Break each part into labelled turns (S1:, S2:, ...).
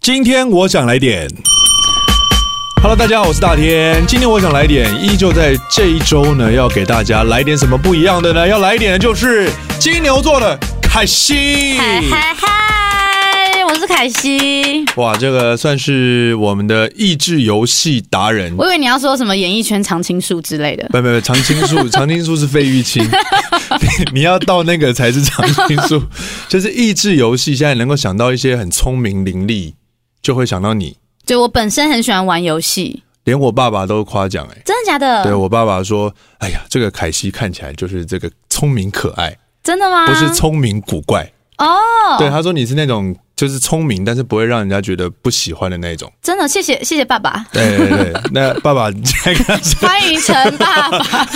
S1: 今天我想来点。Hello，大家好，我是大天。今天我想来点，依旧在这一周呢，要给大家来点什么不一样的呢？要来一点的就是金牛座的凯西。
S2: 嗨嗨嗨！我是凯西。
S1: 哇，这个算是我们的益智游戏达人。
S2: 我以为你要说什么演艺圈常青树之类的。
S1: 不不不，常青 树，常青树是费玉清， 你要到那个才是常青 树。就是益智游戏，现在能够想到一些很聪明伶俐，就会想到你。
S2: 就我本身很喜欢玩游戏，
S1: 连我爸爸都夸奖哎、
S2: 真的假的？
S1: 对我爸爸说：“哎呀，这个凯西看起来就是这个聪明可爱，
S2: 真的吗？
S1: 不是聪明古怪。
S2: 啊哦，
S1: 对，他说你是那种就是聪明，但是不会让人家觉得不喜欢的那 种。，
S2: 真的，谢谢谢谢爸爸
S1: 对对对，那爸爸再跟他说
S2: 欢迎陈爸爸。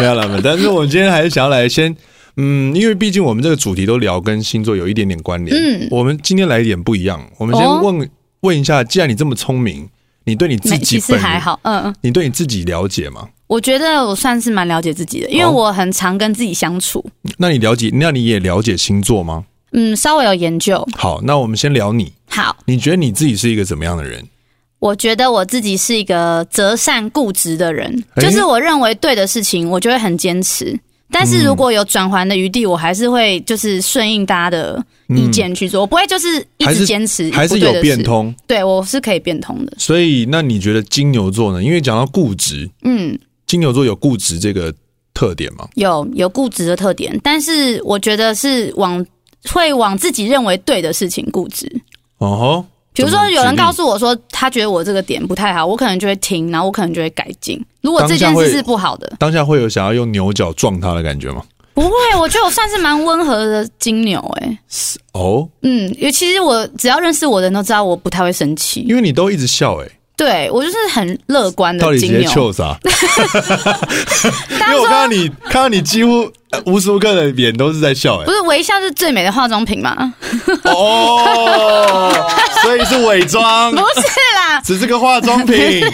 S1: 没有了，但是我们今天还是想要来先。嗯，因为毕竟我们这个主题都聊跟星座有一点点关联。嗯，我们今天来一点不一样，我们先
S2: 哦
S1: 问、问一下，既然你这么聪明，你对 你自
S2: 没，
S1: 己
S2: 其实
S1: 本人
S2: 还，好，嗯，嗯
S1: 你对你自己了解吗？
S2: 我觉得我算是蛮了解自己的，因为
S1: 哦
S2: 我很常跟自己相处，
S1: 那你了解，那你也了解星座吗？
S2: 嗯，稍微有研究。
S1: 好，那我们先聊你，
S2: 好，
S1: 你觉得你自己是一个怎么样的人？
S2: 我觉得我自己是一个择善固执的人，
S1: 诶
S2: 就是我认为对的事情，我就会很坚持。但是如果有转圜的余地，我还是会就是顺应大家的意见去做，我不会就是一
S1: 还是
S2: 直坚持
S1: 嗯还是
S2: 不对的
S1: 有变
S2: 事。
S1: 通？
S2: 对，我是可以变通的。
S1: 所以，那你觉得金牛座呢？因为讲到固执，
S2: 嗯，
S1: 金牛座有固执这个特点吗？
S2: 有有固执的特点，但是我觉得是往会往自己认为对的事情固执。
S1: 哦吼，
S2: 比如说，有人告
S1: 诉
S2: 诉我说他觉得我这个点不太好，我可能就会听，然后我可能就会改进。如果这件
S1: 当下会
S2: 事是不好的，
S1: 当下会有想要用牛角撞他的感觉吗？
S2: 不会，我觉得我算是蛮温和的金牛哎、
S1: 哦，
S2: 嗯，尤其是我只要认识我的人都知道我不太会生气，
S1: 因为你都一直笑、欸，
S2: 对我就是很乐观
S1: 到
S2: 的
S1: 底直
S2: 金
S1: 接
S2: 牛。
S1: 糗 啥？ 因为我看到你，看到你几乎呃无时无刻的脸都是在笑、欸，
S2: 不是微笑是最美的化妆品吗？
S1: 哦，所以是伪装
S2: 不，是啦，
S1: 只是个化妆 品，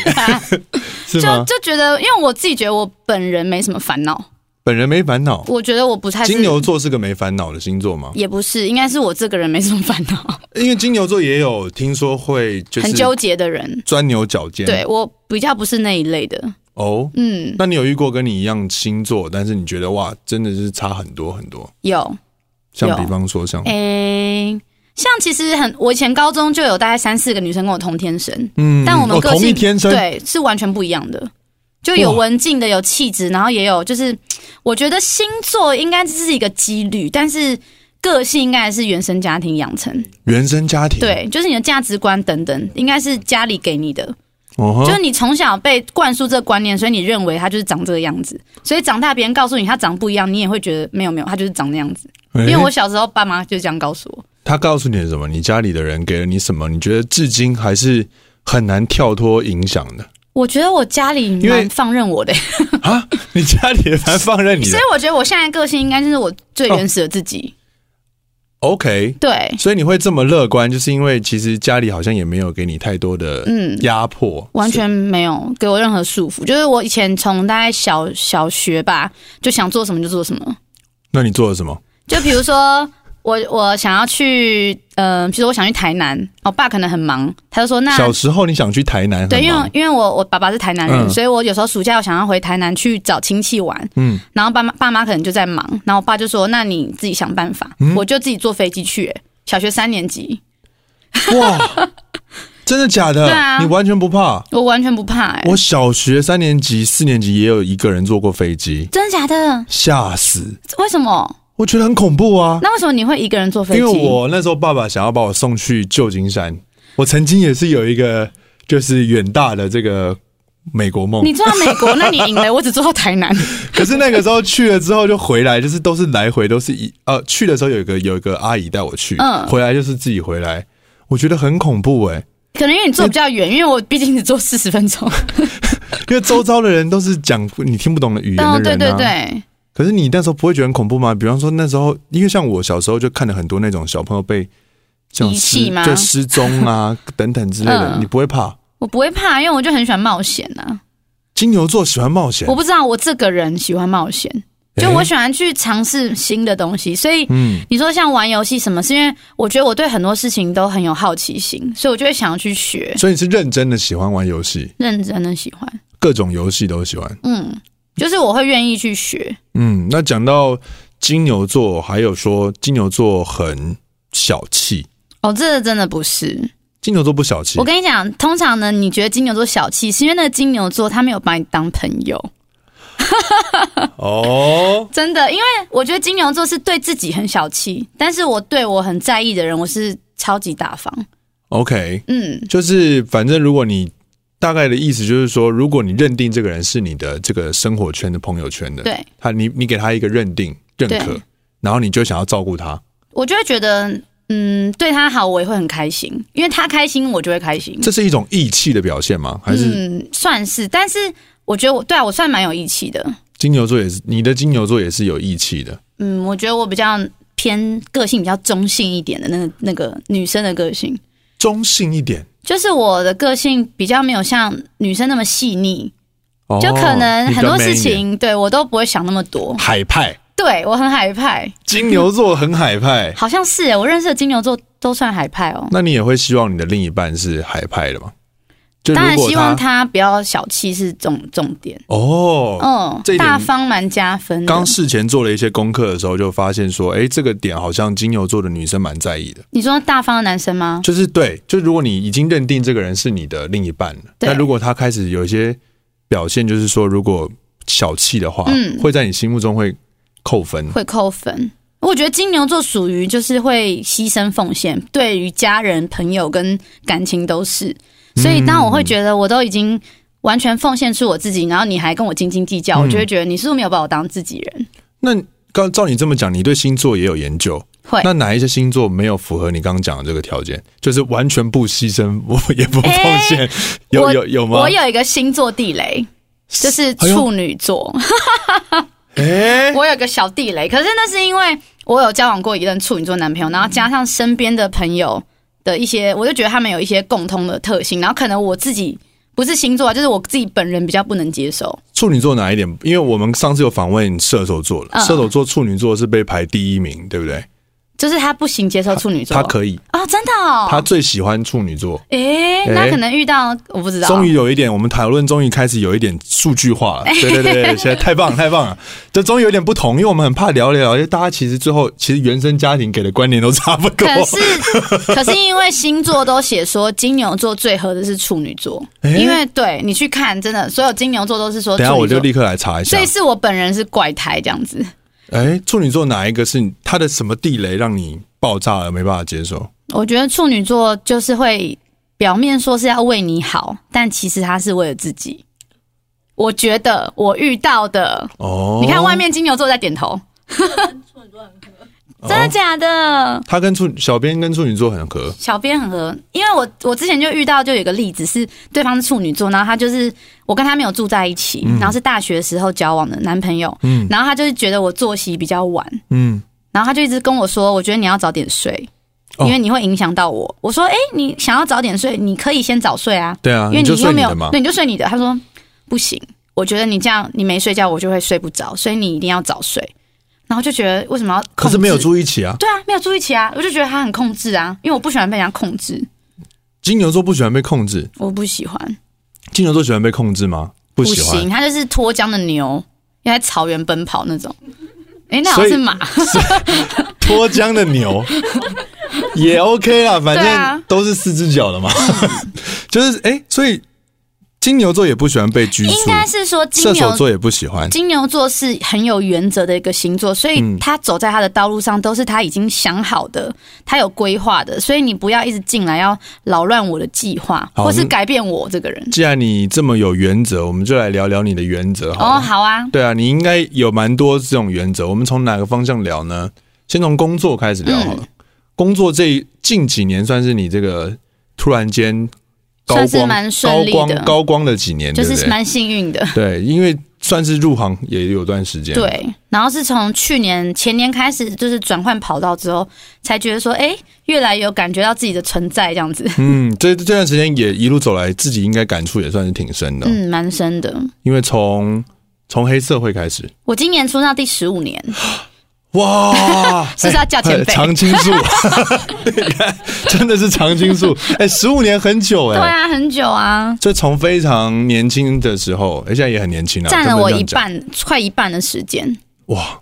S1: 是
S2: 就
S1: 吗？
S2: 就觉得，因为我自己觉得我本人没什么烦恼，
S1: 本人没烦恼，
S2: 我觉得我不太是
S1: 金牛座是个没烦恼的星座吗？
S2: 也不是，应该是我这个人没什么烦恼，
S1: 因为金牛座也有听说会 就
S2: 很
S1: 是
S2: 纠结的人。
S1: 钻牛角尖，
S2: 对我比较不是那一类的，
S1: 哦。
S2: 嗯，
S1: 那你有遇过跟你一样星座，但是你觉得哇，真的是差很多很多？
S2: 有
S1: 像
S2: 有哎
S1: 比方说像，
S2: 诶、像其实很，我以前高中就有大概三四个女生跟我同天生，
S1: 嗯
S2: 但我们
S1: 哦
S2: 个性、
S1: 同一天生，
S2: 对是完全不一样的，就有
S1: 哇
S2: 文静的，有气质，然后也有就是，我觉得星座应该是一个几率，但是个性应该还是原生家庭养成，
S1: 原生家庭，，
S2: 对，就是你的价值观等等，应该是家里给你的，
S1: 哦
S2: 就
S1: 哼
S2: 是你从小被灌输这个观念，所以你认为他就是长这个样子，所以长大别人告诉你他长不一样，你也会觉得没有没有，他就是长那样子，因为
S1: 诶
S2: 我小时候爸妈就这样告诉我。
S1: 哎他告诉你什么，你家里的人给了你什么，你觉得至今还是很难跳脱影响的
S2: 我觉得我家里
S1: 因为
S2: 蛮放任 我的、
S1: 啊？你家里也蛮放任你
S2: 所
S1: 的哦
S2: 以我觉得我现在个性应该就是我最原始的自己。
S1: ，OK？
S2: 对，
S1: 所以你会这么乐观，就是因为其实家里好像也没有给你太多的
S2: 嗯
S1: 压迫，
S2: 完全没有给我任何束缚。就是我以前从大概小小学吧，就想做什么就做什么。
S1: 那你做了什么？
S2: 就比如说，我我想要去，呃，比如说我想去台南，我爸可能很忙，他就说那
S1: 小时候你想去台南，
S2: 对，
S1: 很
S2: 因
S1: 忙
S2: 为因为我我爸爸是台南人，
S1: 嗯
S2: 所以我有时候暑假我想要回台南去找亲戚玩，
S1: 嗯
S2: 嗯，然后爸妈爸妈可能就在忙，然后我爸就说：“那你自己想办法。
S1: 嗯
S2: 我就自己坐飞机去、欸小学三年级，
S1: 哇， 真的假的？
S2: 对啊
S1: 你完全不怕？
S2: 我完全不怕、欸，
S1: 我小学三年级、四年级也有一个人坐过飞机，
S2: 真的假的？
S1: 吓死！
S2: 为什么？
S1: 我觉得很恐怖啊，
S2: 那为什么你会一个人坐飞
S1: 因
S2: 机？
S1: 为我那时候爸爸想要把我送去旧金山，我曾经也是有一个就是远大的这个美国梦
S2: 你，坐到美国，那你赢了，我只坐到台南。
S1: 可是那个时候去了之后就回来，就是都是来回都是一呃去的时候有一个有一个阿姨带我去，
S2: 嗯
S1: 回来就是自己回来，我觉得很恐怖哎、
S2: 可能因为你坐比较远，因为我毕竟只坐四十分 钟。
S1: 因为周遭的人都是讲你听不懂的语言的人、啊
S2: 哦，对对对，
S1: 可是你那时候不会觉得很恐怖吗？比方说那时候，因为像我小时候就看了很多那种小朋友被这种
S2: 遗
S1: 失
S2: 弃吗
S1: 就失踪 啊等等之类的，
S2: 嗯
S1: 你不会怕？
S2: 我不会怕，因为我就很喜欢冒险呐、啊
S1: 金牛座喜欢冒险
S2: 我，不知道我这个人喜欢冒险，就我喜欢去尝试新的东西，所以
S1: 嗯
S2: 你说像玩游戏什么，是因为我觉得我对很多事情都很有好奇心，所以我就会想要去学，
S1: 所以你是认真的喜欢玩游戏，
S2: 认真的喜欢，
S1: 各种游戏都喜欢。
S2: 嗯，就是我会愿意去学。
S1: 嗯，那讲到金牛座，还有说金牛座很小气，
S2: 哦，这个真的不是。
S1: 金牛座不小气
S2: 我，跟你讲，通常呢，你觉得金牛座小气，是因为那个金牛座他没有把你当朋友，
S1: 哦，
S2: 真的。因为我觉得金牛座是对自己很小气，但是我对我很在意的人，我是超级大方。
S1: OK，
S2: 嗯，
S1: 就是反正如果你大概的意思就是说，如果你认定这个人是你的这个生活圈的朋友圈的，
S2: 对，
S1: 他你你给他一个认定认可
S2: 对，
S1: 然后你就想要照顾他，
S2: 我就会觉得，嗯，对他好，我也会很开心，因为他开心，我就会开心。
S1: 这是一种义气的表现吗？还是
S2: 嗯，算是，但是我觉得我对啊，我算蛮有义气的。
S1: 金牛座也是你的金牛座也是有义气的？
S2: 嗯，我觉得我比较偏个性比较中性一点的那个那个女生的个性，
S1: 中性一点，
S2: 就是我的个性比较没有像女生那么细腻，
S1: 哦
S2: 就可能很
S1: 你比较
S2: 多事。
S1: man 一点
S2: 情对我都不会想那么多。
S1: 海派，
S2: 对我很海派，，
S1: 金牛座很海派
S2: 好像是耶欸我认识的金牛座都算海派哦。
S1: 那你也会希望你的另一半是海派的吗？就如
S2: 当然
S1: 果
S2: 希望
S1: 他
S2: 他不要小气是重重点，
S1: 哦，
S2: 嗯
S1: 这一，点
S2: 大方蛮加分的
S1: 刚。事前做了一些功课的时候，就发现说，哎，这个点好像金牛座的女生蛮在意的，
S2: 你说大方的男生吗？
S1: 就是对，就如果你已经认定这个人是你的另一半了，
S2: 对
S1: 那如果他开始有一些表现，就是说如果小气的话，
S2: 嗯
S1: 会在你心目中会扣分。
S2: 会扣分。我觉得金牛座属于就是会牺牲奉献，对于家人、朋友跟感情都是。所以当我会觉得我都已经完全奉献出我自己，然后你还跟我斤斤计较，
S1: 嗯
S2: 我就会觉得你是不是没有把我当自己人？
S1: 那刚照你这么讲，你对星座也有研究，
S2: 会。
S1: 那哪一些星座没有符合你刚刚讲的这个条件？就是完全不牺牲，我也不奉献，有
S2: 我
S1: 有有吗
S2: 我？有一个星座地雷，就是
S1: 哎呦
S2: 处女座。
S1: 哎、
S2: 我有个小地雷，可是那是因为我有交往过一任处女座男朋友，然后加上身边的朋友的一些，我就觉得他们有一些共通的特性，然后可能我自己不是星座啊，就是我自己本人比较不能接受。
S1: 处女座哪一点？因为我们上次有访问射手座了，
S2: 嗯
S1: 射手座、处女座是被排第一名，对不对？
S2: 就是他不行接受处女座，
S1: 他可以，
S2: 哦，真的哦，
S1: 他最喜欢处女座。
S2: 诶、
S1: 诶
S2: 那可能遇到我不知道，
S1: 终于有一点，我们讨论终于开始有一点数据化 了。对对对对，现在太棒了太棒了，这终于有点不同，因为我们很怕聊一聊，因为大家其实最后其实原生家庭给的观点都差不 多。
S2: 可是可是因为星座都写说金牛座最合的是处女座，
S1: 诶
S2: 因为对你去看，真的所有金牛座都是说 处
S1: 等一下我
S2: 女
S1: 就
S2: 座，
S1: 立刻来查一下
S2: 所以。是我本人是怪胎这样子。
S1: 哎，处女座哪一个是他的什么地雷让你爆炸了没办法接受？
S2: 我觉得处女座就是会表面说是要为你好，但其实他是为了自己。我觉得我遇到的，
S1: 哦，
S2: 你看外面金牛座在点 头，真的假的？
S1: 他跟处小编跟处女座很合，
S2: 小编很合，因为我我之前就遇到就有一个例子是对方是处女座，然后他就是我跟他没有住在一起，然后是大学时候交往的男朋友，
S1: 嗯
S2: 然后他就是觉得我作息比较晚，
S1: 嗯，
S2: 然后他就一直跟我说，我觉得你要早点睡，
S1: 哦
S2: 因为你会影响到我。我说，哎、你想要早点睡，你可以先早睡啊，
S1: 对啊，
S2: 因为
S1: 你就
S2: 又
S1: 睡
S2: 没
S1: 你
S2: 有
S1: 的嘛，
S2: 对，你就睡你的。他说不行，我觉得你这样你没睡觉，我就会睡不着，所以你一定要早睡。然后就觉得为什么要控制？
S1: 可是没有住一起啊。
S2: 对啊，没有住一起啊，我就觉得他很控制啊，因为我不喜欢被人家控制，
S1: 金牛座不喜欢被控制，
S2: 我不喜欢，
S1: 金牛座喜欢被控制吗？不喜欢
S2: 行，，他就是脱缰的牛，要在草原奔跑那种。哎、那好
S1: 所以
S2: 像是马，
S1: 脱缰的 牛也 OK 啦，反
S2: 对啊
S1: 正都是四只脚的嘛。 就是哎、所以金牛座也不喜欢被拘束，
S2: 应该是说金
S1: 射
S2: 牛
S1: 手座也不喜欢。
S2: 金牛座是很有原则的一个星座，所
S1: 嗯
S2: 以他走在他的道路上都是他已经想好的，他有规划的，所以你不要一直进来要扰乱我的计划，
S1: 好
S2: 或是
S1: 那
S2: 改变我这个人。
S1: 既然你这么有原则，我们就来聊聊你的原则好了。
S2: 哦，好啊，
S1: 对啊，你应该有蛮多这种原则。我们从哪个方向聊呢？先从工作开始聊好
S2: 嗯
S1: 了。工作这一近几年算是你这个突然间高
S2: 算
S1: 光、
S2: 是蛮
S1: 高
S2: 顺利的
S1: 光、高光的几年，
S2: 就
S1: 对不
S2: 是
S1: 对？
S2: 蛮幸运的。
S1: 对，因为算是入行也有段时间。，
S2: 对，然后是从去年前年开始，就是转换跑道之后，才觉得说，哎，越来越有感觉到自己的存在，这样子，
S1: 嗯，这这段时
S2: 嗯
S1: 间也一路走来，自己应该感触也算是挺深的哦，
S2: 嗯，蛮深的。
S1: 因为从。从黑社会开始，
S2: 我今年出道第十五年，
S1: 哇，
S2: 是不是要叫前辈
S1: 哎常青树， 你看 真的是常青树，哎，十五年很久
S2: 对
S1: 哎、
S2: 啊，很久啊，
S1: 就从非常年轻的时候，哎，现在也很年轻啊，
S2: 占
S1: 这
S2: 了
S1: 不能
S2: 我
S1: 这样
S2: 一
S1: 讲
S2: 半，快一半的时间。
S1: 哇，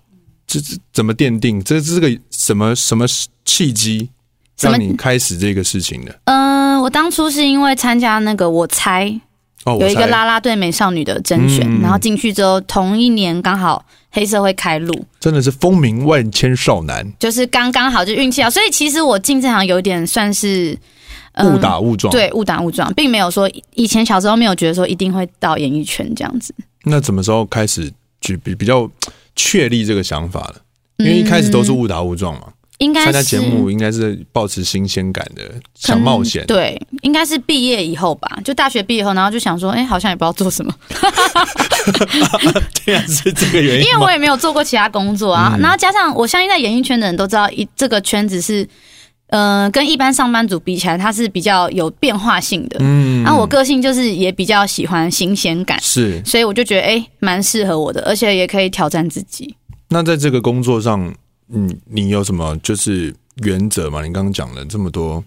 S1: 这这怎么奠定？这这是个什么什么契机，
S2: 什么
S1: 让你开始这个事情的？
S2: 嗯、我当初是因为参加那个我猜
S1: 哦，我
S2: 有一个
S1: 才
S2: 啦啦队美少女的甄选，
S1: 嗯
S2: 然后进去之后，同一年刚好黑社会开路，
S1: 真的是风靡万千少男，
S2: 就是刚刚好就运气好，所以其实我进这行有点算是、
S1: 误打误撞。，
S2: 嗯对误打误撞，并没有说以前小时候没有觉得说一定会到演艺圈这样子，
S1: 那什么时候开始去比比较确立这个想法了？因为一开始都是误打误撞嘛，
S2: 嗯应该
S1: 参加
S2: 是
S1: 节目应该是保持新鲜感的，想冒险。
S2: 对，应该是毕业以后吧，就大学毕业以后，然后就想说，哎、好像也不知道做什么，
S1: 对， 是这个原
S2: 因
S1: 因吗嗯
S2: 为我？也没有做过其他工作啊。然后加上我相信在演艺圈的人都知道，一这个圈子是，呃，跟一般上班族比起来，它是比较有变化性的。
S1: 嗯
S2: 然后我个性就是也比较喜欢新鲜感，
S1: 是
S2: 所以我就觉得哎，蛮、适合我的，而且也可以挑战自己。
S1: 那在这个工作上，嗯，你有什么就是原则吗？你刚刚讲了这么多，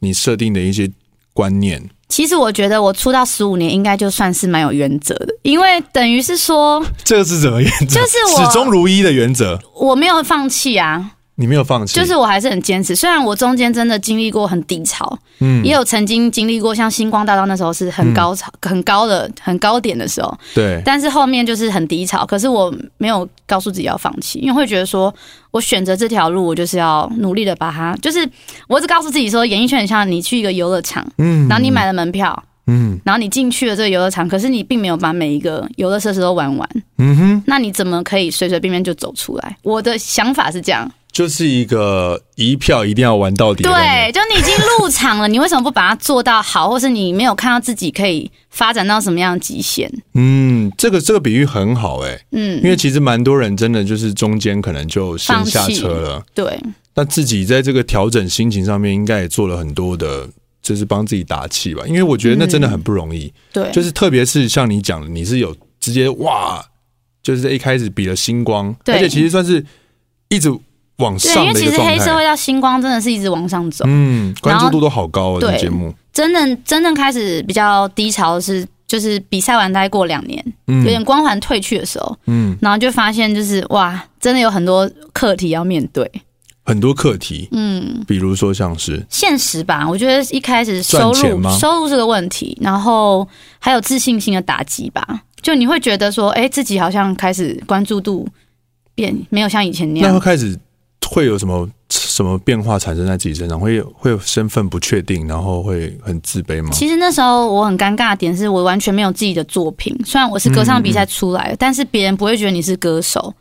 S1: 你设定的一些观念，
S2: 其实我觉得我出道十五年，应该就算是蛮有原则的，因为等于 是说
S1: 这个是什么原则？
S2: 就是我
S1: 始终如一的原则，
S2: 我没有放弃啊，
S1: 你没有放弃。
S2: 就是我还是很坚持。虽然我中间真的经历过很低潮，
S1: 嗯
S2: 也有曾经经历过像星光大道那时候是很高潮、
S1: 嗯
S2: 很高的、很高点的时候，
S1: 对，
S2: 但是后面就是很低潮。可是我没有告诉自己要放弃，因为会觉得说我选择这条路，我就是要努力的把它，就是我只告诉自己说，演艺圈很像你去一个游乐场，
S1: 嗯
S2: 然后你买了门票，
S1: 嗯
S2: 然后你进去了这个游乐场，可是你并没有把每一个游乐设施都玩完，
S1: 嗯哼，
S2: 那你怎么可以随随便便就走出来？我的想法是这样。
S1: 就是一个一票一定要玩到底的概念。
S2: 对，就你已经入场了，你为什么不把它做到好，或是你没有看到自己可以发展到什么样的极限？
S1: 嗯，这个这个比喻很好哎、
S2: 嗯，
S1: 因为其实蛮多人真的就是中间可能就先下车了，
S2: 对，
S1: 那自己在这个调整心情上面应该也做了很多的，就是帮自己打气吧。因为我觉得那
S2: 嗯
S1: 真的很不容易，
S2: 对，
S1: 就是特别是像你讲的，你是有直接哇，就是在一开始比了星光，
S2: 对
S1: 而且其实算是一直往
S2: 对，因
S1: 上
S2: 为
S1: 的一
S2: 其
S1: 个
S2: 实
S1: 状
S2: 黑社
S1: 态
S2: 会。到星光真的是一直往上走，
S1: 嗯，关
S2: 然
S1: 注
S2: 后
S1: 度都好高哦，这
S2: 对
S1: 个节目，
S2: 真正真正开始比较低潮的是。就是比赛完大概过两年，有
S1: 嗯
S2: 点光环褪去的时候，
S1: 嗯，
S2: 然后就发现就是哇，真的有很多课题要面对。
S1: 很多课题，
S2: 嗯，
S1: 比如说像是
S2: 现实吧，我觉得一开始收
S1: 赚钱
S2: 入
S1: 吗
S2: 收入是个问题，然后还有自信心的打击吧。就你会觉得说，哎、自己好像开始关注度变没有像以前那
S1: 那会
S2: 样。
S1: 开始会有什么什么变化产生在自己身上？会有会有身份不确定，然后会很自卑吗？
S2: 其实那时候我很尴尬的点是我完全没有自己的作品，虽然我是歌唱比赛出
S1: 嗯
S2: 来的，但是别人不会觉得你是歌手。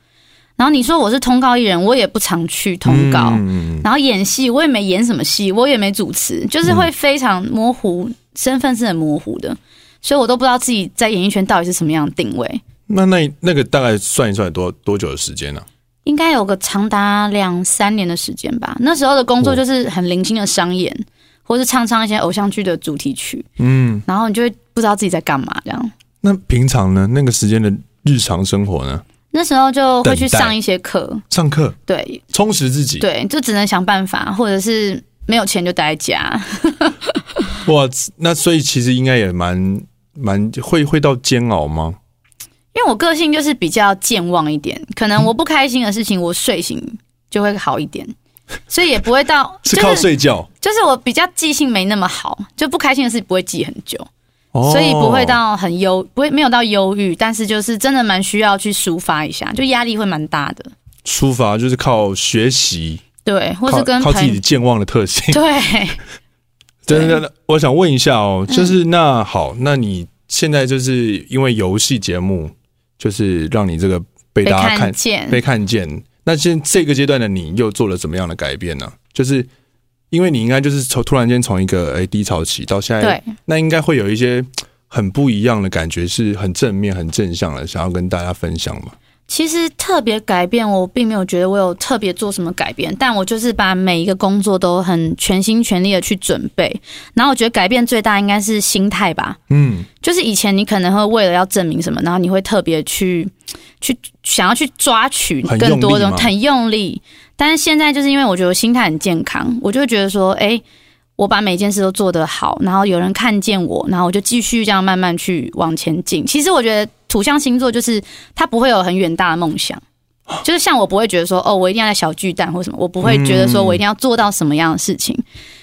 S2: 然后你说我是通告艺人，我也不常去通告。
S1: 嗯嗯
S2: 然后演戏，我也没演什么戏，我也没主持，就是会
S1: 嗯
S2: 非常模糊，身份是很模糊的，所以我都不知道自己在演艺圈到底是什么样的定位。
S1: 那那那个大概算一算多多久的时间呢、
S2: 应该有个长达两三年的时间吧。那时候的工作就是很零星的商演，或是唱唱一些偶像剧的主题曲，
S1: 嗯，
S2: 然后你就会不知道自己在干嘛这样。
S1: 那平常呢？那个时间的日常生活呢？
S2: 那时候就会去
S1: 等待嗯
S2: 上一些课，
S1: 上课
S2: 对
S1: 充实自己，
S2: 对，就只能想办法，或者是没有钱就待在家。
S1: 哇，那所以其实应该也蛮蛮会会到煎熬吗？
S2: 因为我个性就是比较健忘一点，可能我不开心的事情，我睡醒就会好一 点，所以也不会到
S1: 是靠
S2: 就是
S1: 睡觉，
S2: 就是我比较记性没那么好，就不开心的事不会记很久，
S1: 哦
S2: 所以不会到很忧，不会没有到忧郁，但是就是真的蛮需要去抒发一下，就压力会蛮大的，
S1: 抒发，就是靠学习，
S2: 对，或
S1: 靠
S2: 是跟
S1: 靠自
S2: 朋
S1: 己健忘的特性。
S2: 对，
S1: 真的，我想问一下哦，
S2: 嗯
S1: 就是那好，那你现在就是因为游戏节目，就是让你这个被
S2: 被
S1: 大家
S2: 看
S1: 看
S2: 见，
S1: 被看见。那现这个阶段的你又做了怎么样的改变呢？就是因为你应该就是从突然间从一个哎低潮期到现在
S2: 对，
S1: 那应该会有一些嘖很不一样的感觉，是很正面、很正向的，想要跟大家分享嘛？
S2: 其实特别改变，我并没有觉得我有特别做什么改变，但我就是把每一个工作都很全心全力的去准备。然后我觉得改变最大应该是心态吧，
S1: 嗯，
S2: 就是以前你可能会为了要证明什么，然后你会特别去去想要去抓取
S1: 很
S2: 更多
S1: 用
S2: 的
S1: 力吗
S2: 很用力，但是现在就是因为我觉得我心态很健康，我就会觉得说，哎、我把每件事都做得好，然后有人看见我，然后我就继续这样慢慢去往前进。其实我觉得土象星座就是他不会有很远大的梦想，
S1: 啊
S2: 就是像我不会觉得说哦，我一定要在小巨蛋或什么，我不会觉得说
S1: 嗯
S2: 我一定要做到什么样的事情。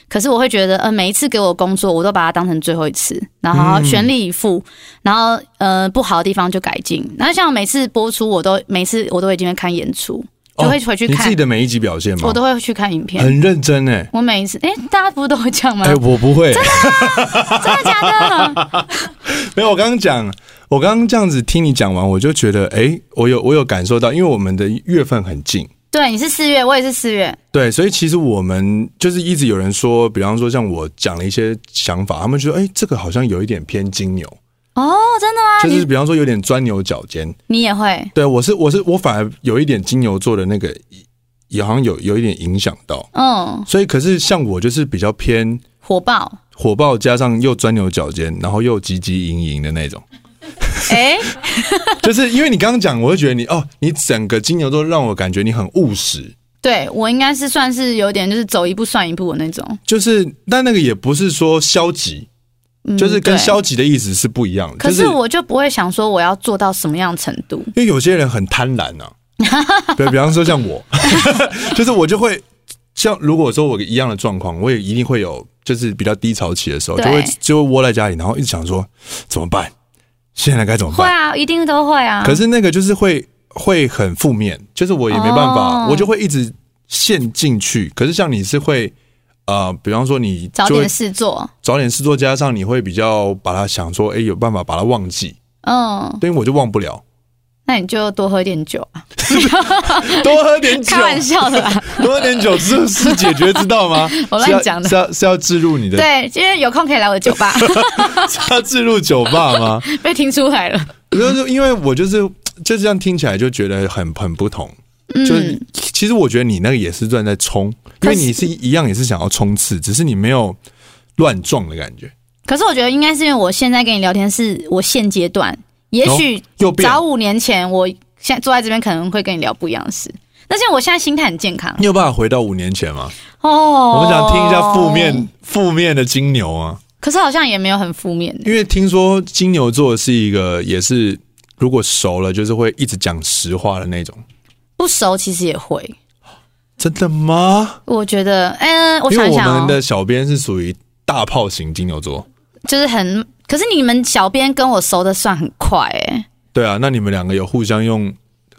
S2: 可是我会觉得，呃，每一次给我工作，我都把它当成最后一次，
S1: 嗯
S2: 然后好好全力以赴，然后呃不好的地方就改进。然后像每次播出，我都每次我都一定会看演出，就会回去
S1: 哦你自
S2: 看，
S1: 己的每一集表现吗？
S2: 我都会嗯去看影片。
S1: 很认真哎、
S2: 我每一次，哎、大家不是都会这样吗？
S1: 哎、我不会，
S2: 真的假的？
S1: 没有，我刚刚讲，我刚刚这样子听你讲完，我就觉得，哎、我有我有感受到，因为我们的月份很近，
S2: 对，你是四月，我也是四月。
S1: 对，所以其实我们就是一直有人说，比方说像我讲了一些想法，他们觉得，哎、这个好像有一点偏金牛，
S2: 哦，真的吗？
S1: 就是比方说有点钻牛角尖。
S2: 你也会？
S1: 对我是我是我反而有一点金牛座的那个，也好像有有一点影响到。
S2: 嗯，
S1: 所以可是像我就是比较偏
S2: 火 爆。
S1: 火爆，加上又钻牛角尖，然后又急急营营的那种。
S2: 哎、
S1: 就是因为你刚刚讲，我就觉得你哦，你整个金牛座让我感觉你很务实。
S2: 对我应该是算是有点就是走一步算一步的那种。
S1: 就是，但那个也不是说消极，
S2: 嗯
S1: 就是跟
S2: 对
S1: 消极的意思是不一样的。
S2: 可
S1: 就是
S2: 我就不会想说我要做到什么样的程度。
S1: 因为有些人很贪婪 啊，对，比方说像我， 就是我就会像如果说我一样的状况，我也一定会有就是比较低潮期的时候，就
S2: 对
S1: 会就会窝在家里，然后一直想说怎么办，现在该怎么
S2: 会
S1: 办？
S2: 啊，一定都会啊。
S1: 可是那个就是会会很负面，就是我也没办法，
S2: 哦
S1: 我就会一直陷进去。可是像你是会。呃，比方说你
S2: 找
S1: 就会
S2: 点事做。
S1: 早点事做，加上你会比较把它想说，哎、有办法把它忘记，
S2: 嗯，
S1: 因为我就忘不 了。
S2: 那你就多喝点酒啊，
S1: 多喝点 酒，
S2: 开玩笑 的啦。
S1: 多喝点酒是是解决之道吗？
S2: 我乱
S1: 是要
S2: 讲的
S1: 是要是要置入你 的，
S2: 对，今天有空可以来我的酒 吧，
S1: 是要置入酒吧吗？
S2: 被听出来了。
S1: 就是因为我就是就这样听起来就觉得很很不同。就是
S2: 嗯，
S1: 其实我觉得你那个也是算在冲，因
S2: 可
S1: 为
S2: 是
S1: 你是一样也是想要冲刺，只是你没有乱撞的感觉。
S2: 可是我觉得应该是因为我现在跟你聊天是我现阶段，也许
S1: 哦又变
S2: 早五年前我现在坐在这边可能会跟你聊不一样的事。但是我现在心态很健康
S1: 你有办法回到五年前吗？我
S2: 哦。
S1: 们想听一下负，面负面的金牛啊。
S2: 可是好像也没有很负面。
S1: 因为听说金牛座是一个，也是如果熟了，就是会一直讲实话的那种。
S2: 不熟其实也会，
S1: 真的吗？
S2: 我觉得，嗯、我
S1: 因为
S2: 想一
S1: 我
S2: 想、
S1: 们
S2: 哦，
S1: 的小编是属于大炮型金牛座。
S2: 就是很。可是你们小编跟我熟的算很快哎、
S1: 对啊，那你们两个有互相用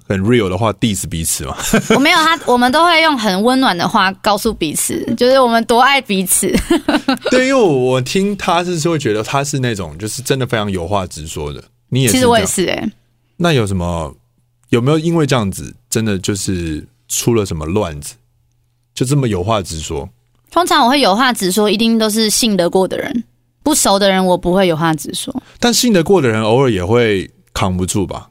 S1: 很 real 的话 diss 彼此 吗？
S2: 我没有他，我们都会用很温暖的话告诉 彼此，就是我们多爱彼此。
S1: 对，因为我我听他是是会觉得他是那种就是真的非常有话直说的。你也是
S2: 其
S1: 这
S2: 实
S1: 样
S2: 我也是哎、
S1: 那有什么有没有因为这样子真的就是出了什么乱子？就这么有话直说？
S2: 通常我会有话直说，一定都是信得过的人，不熟的人我不会有话直说。
S1: 但信得过的人偶尔也会扛不住吧？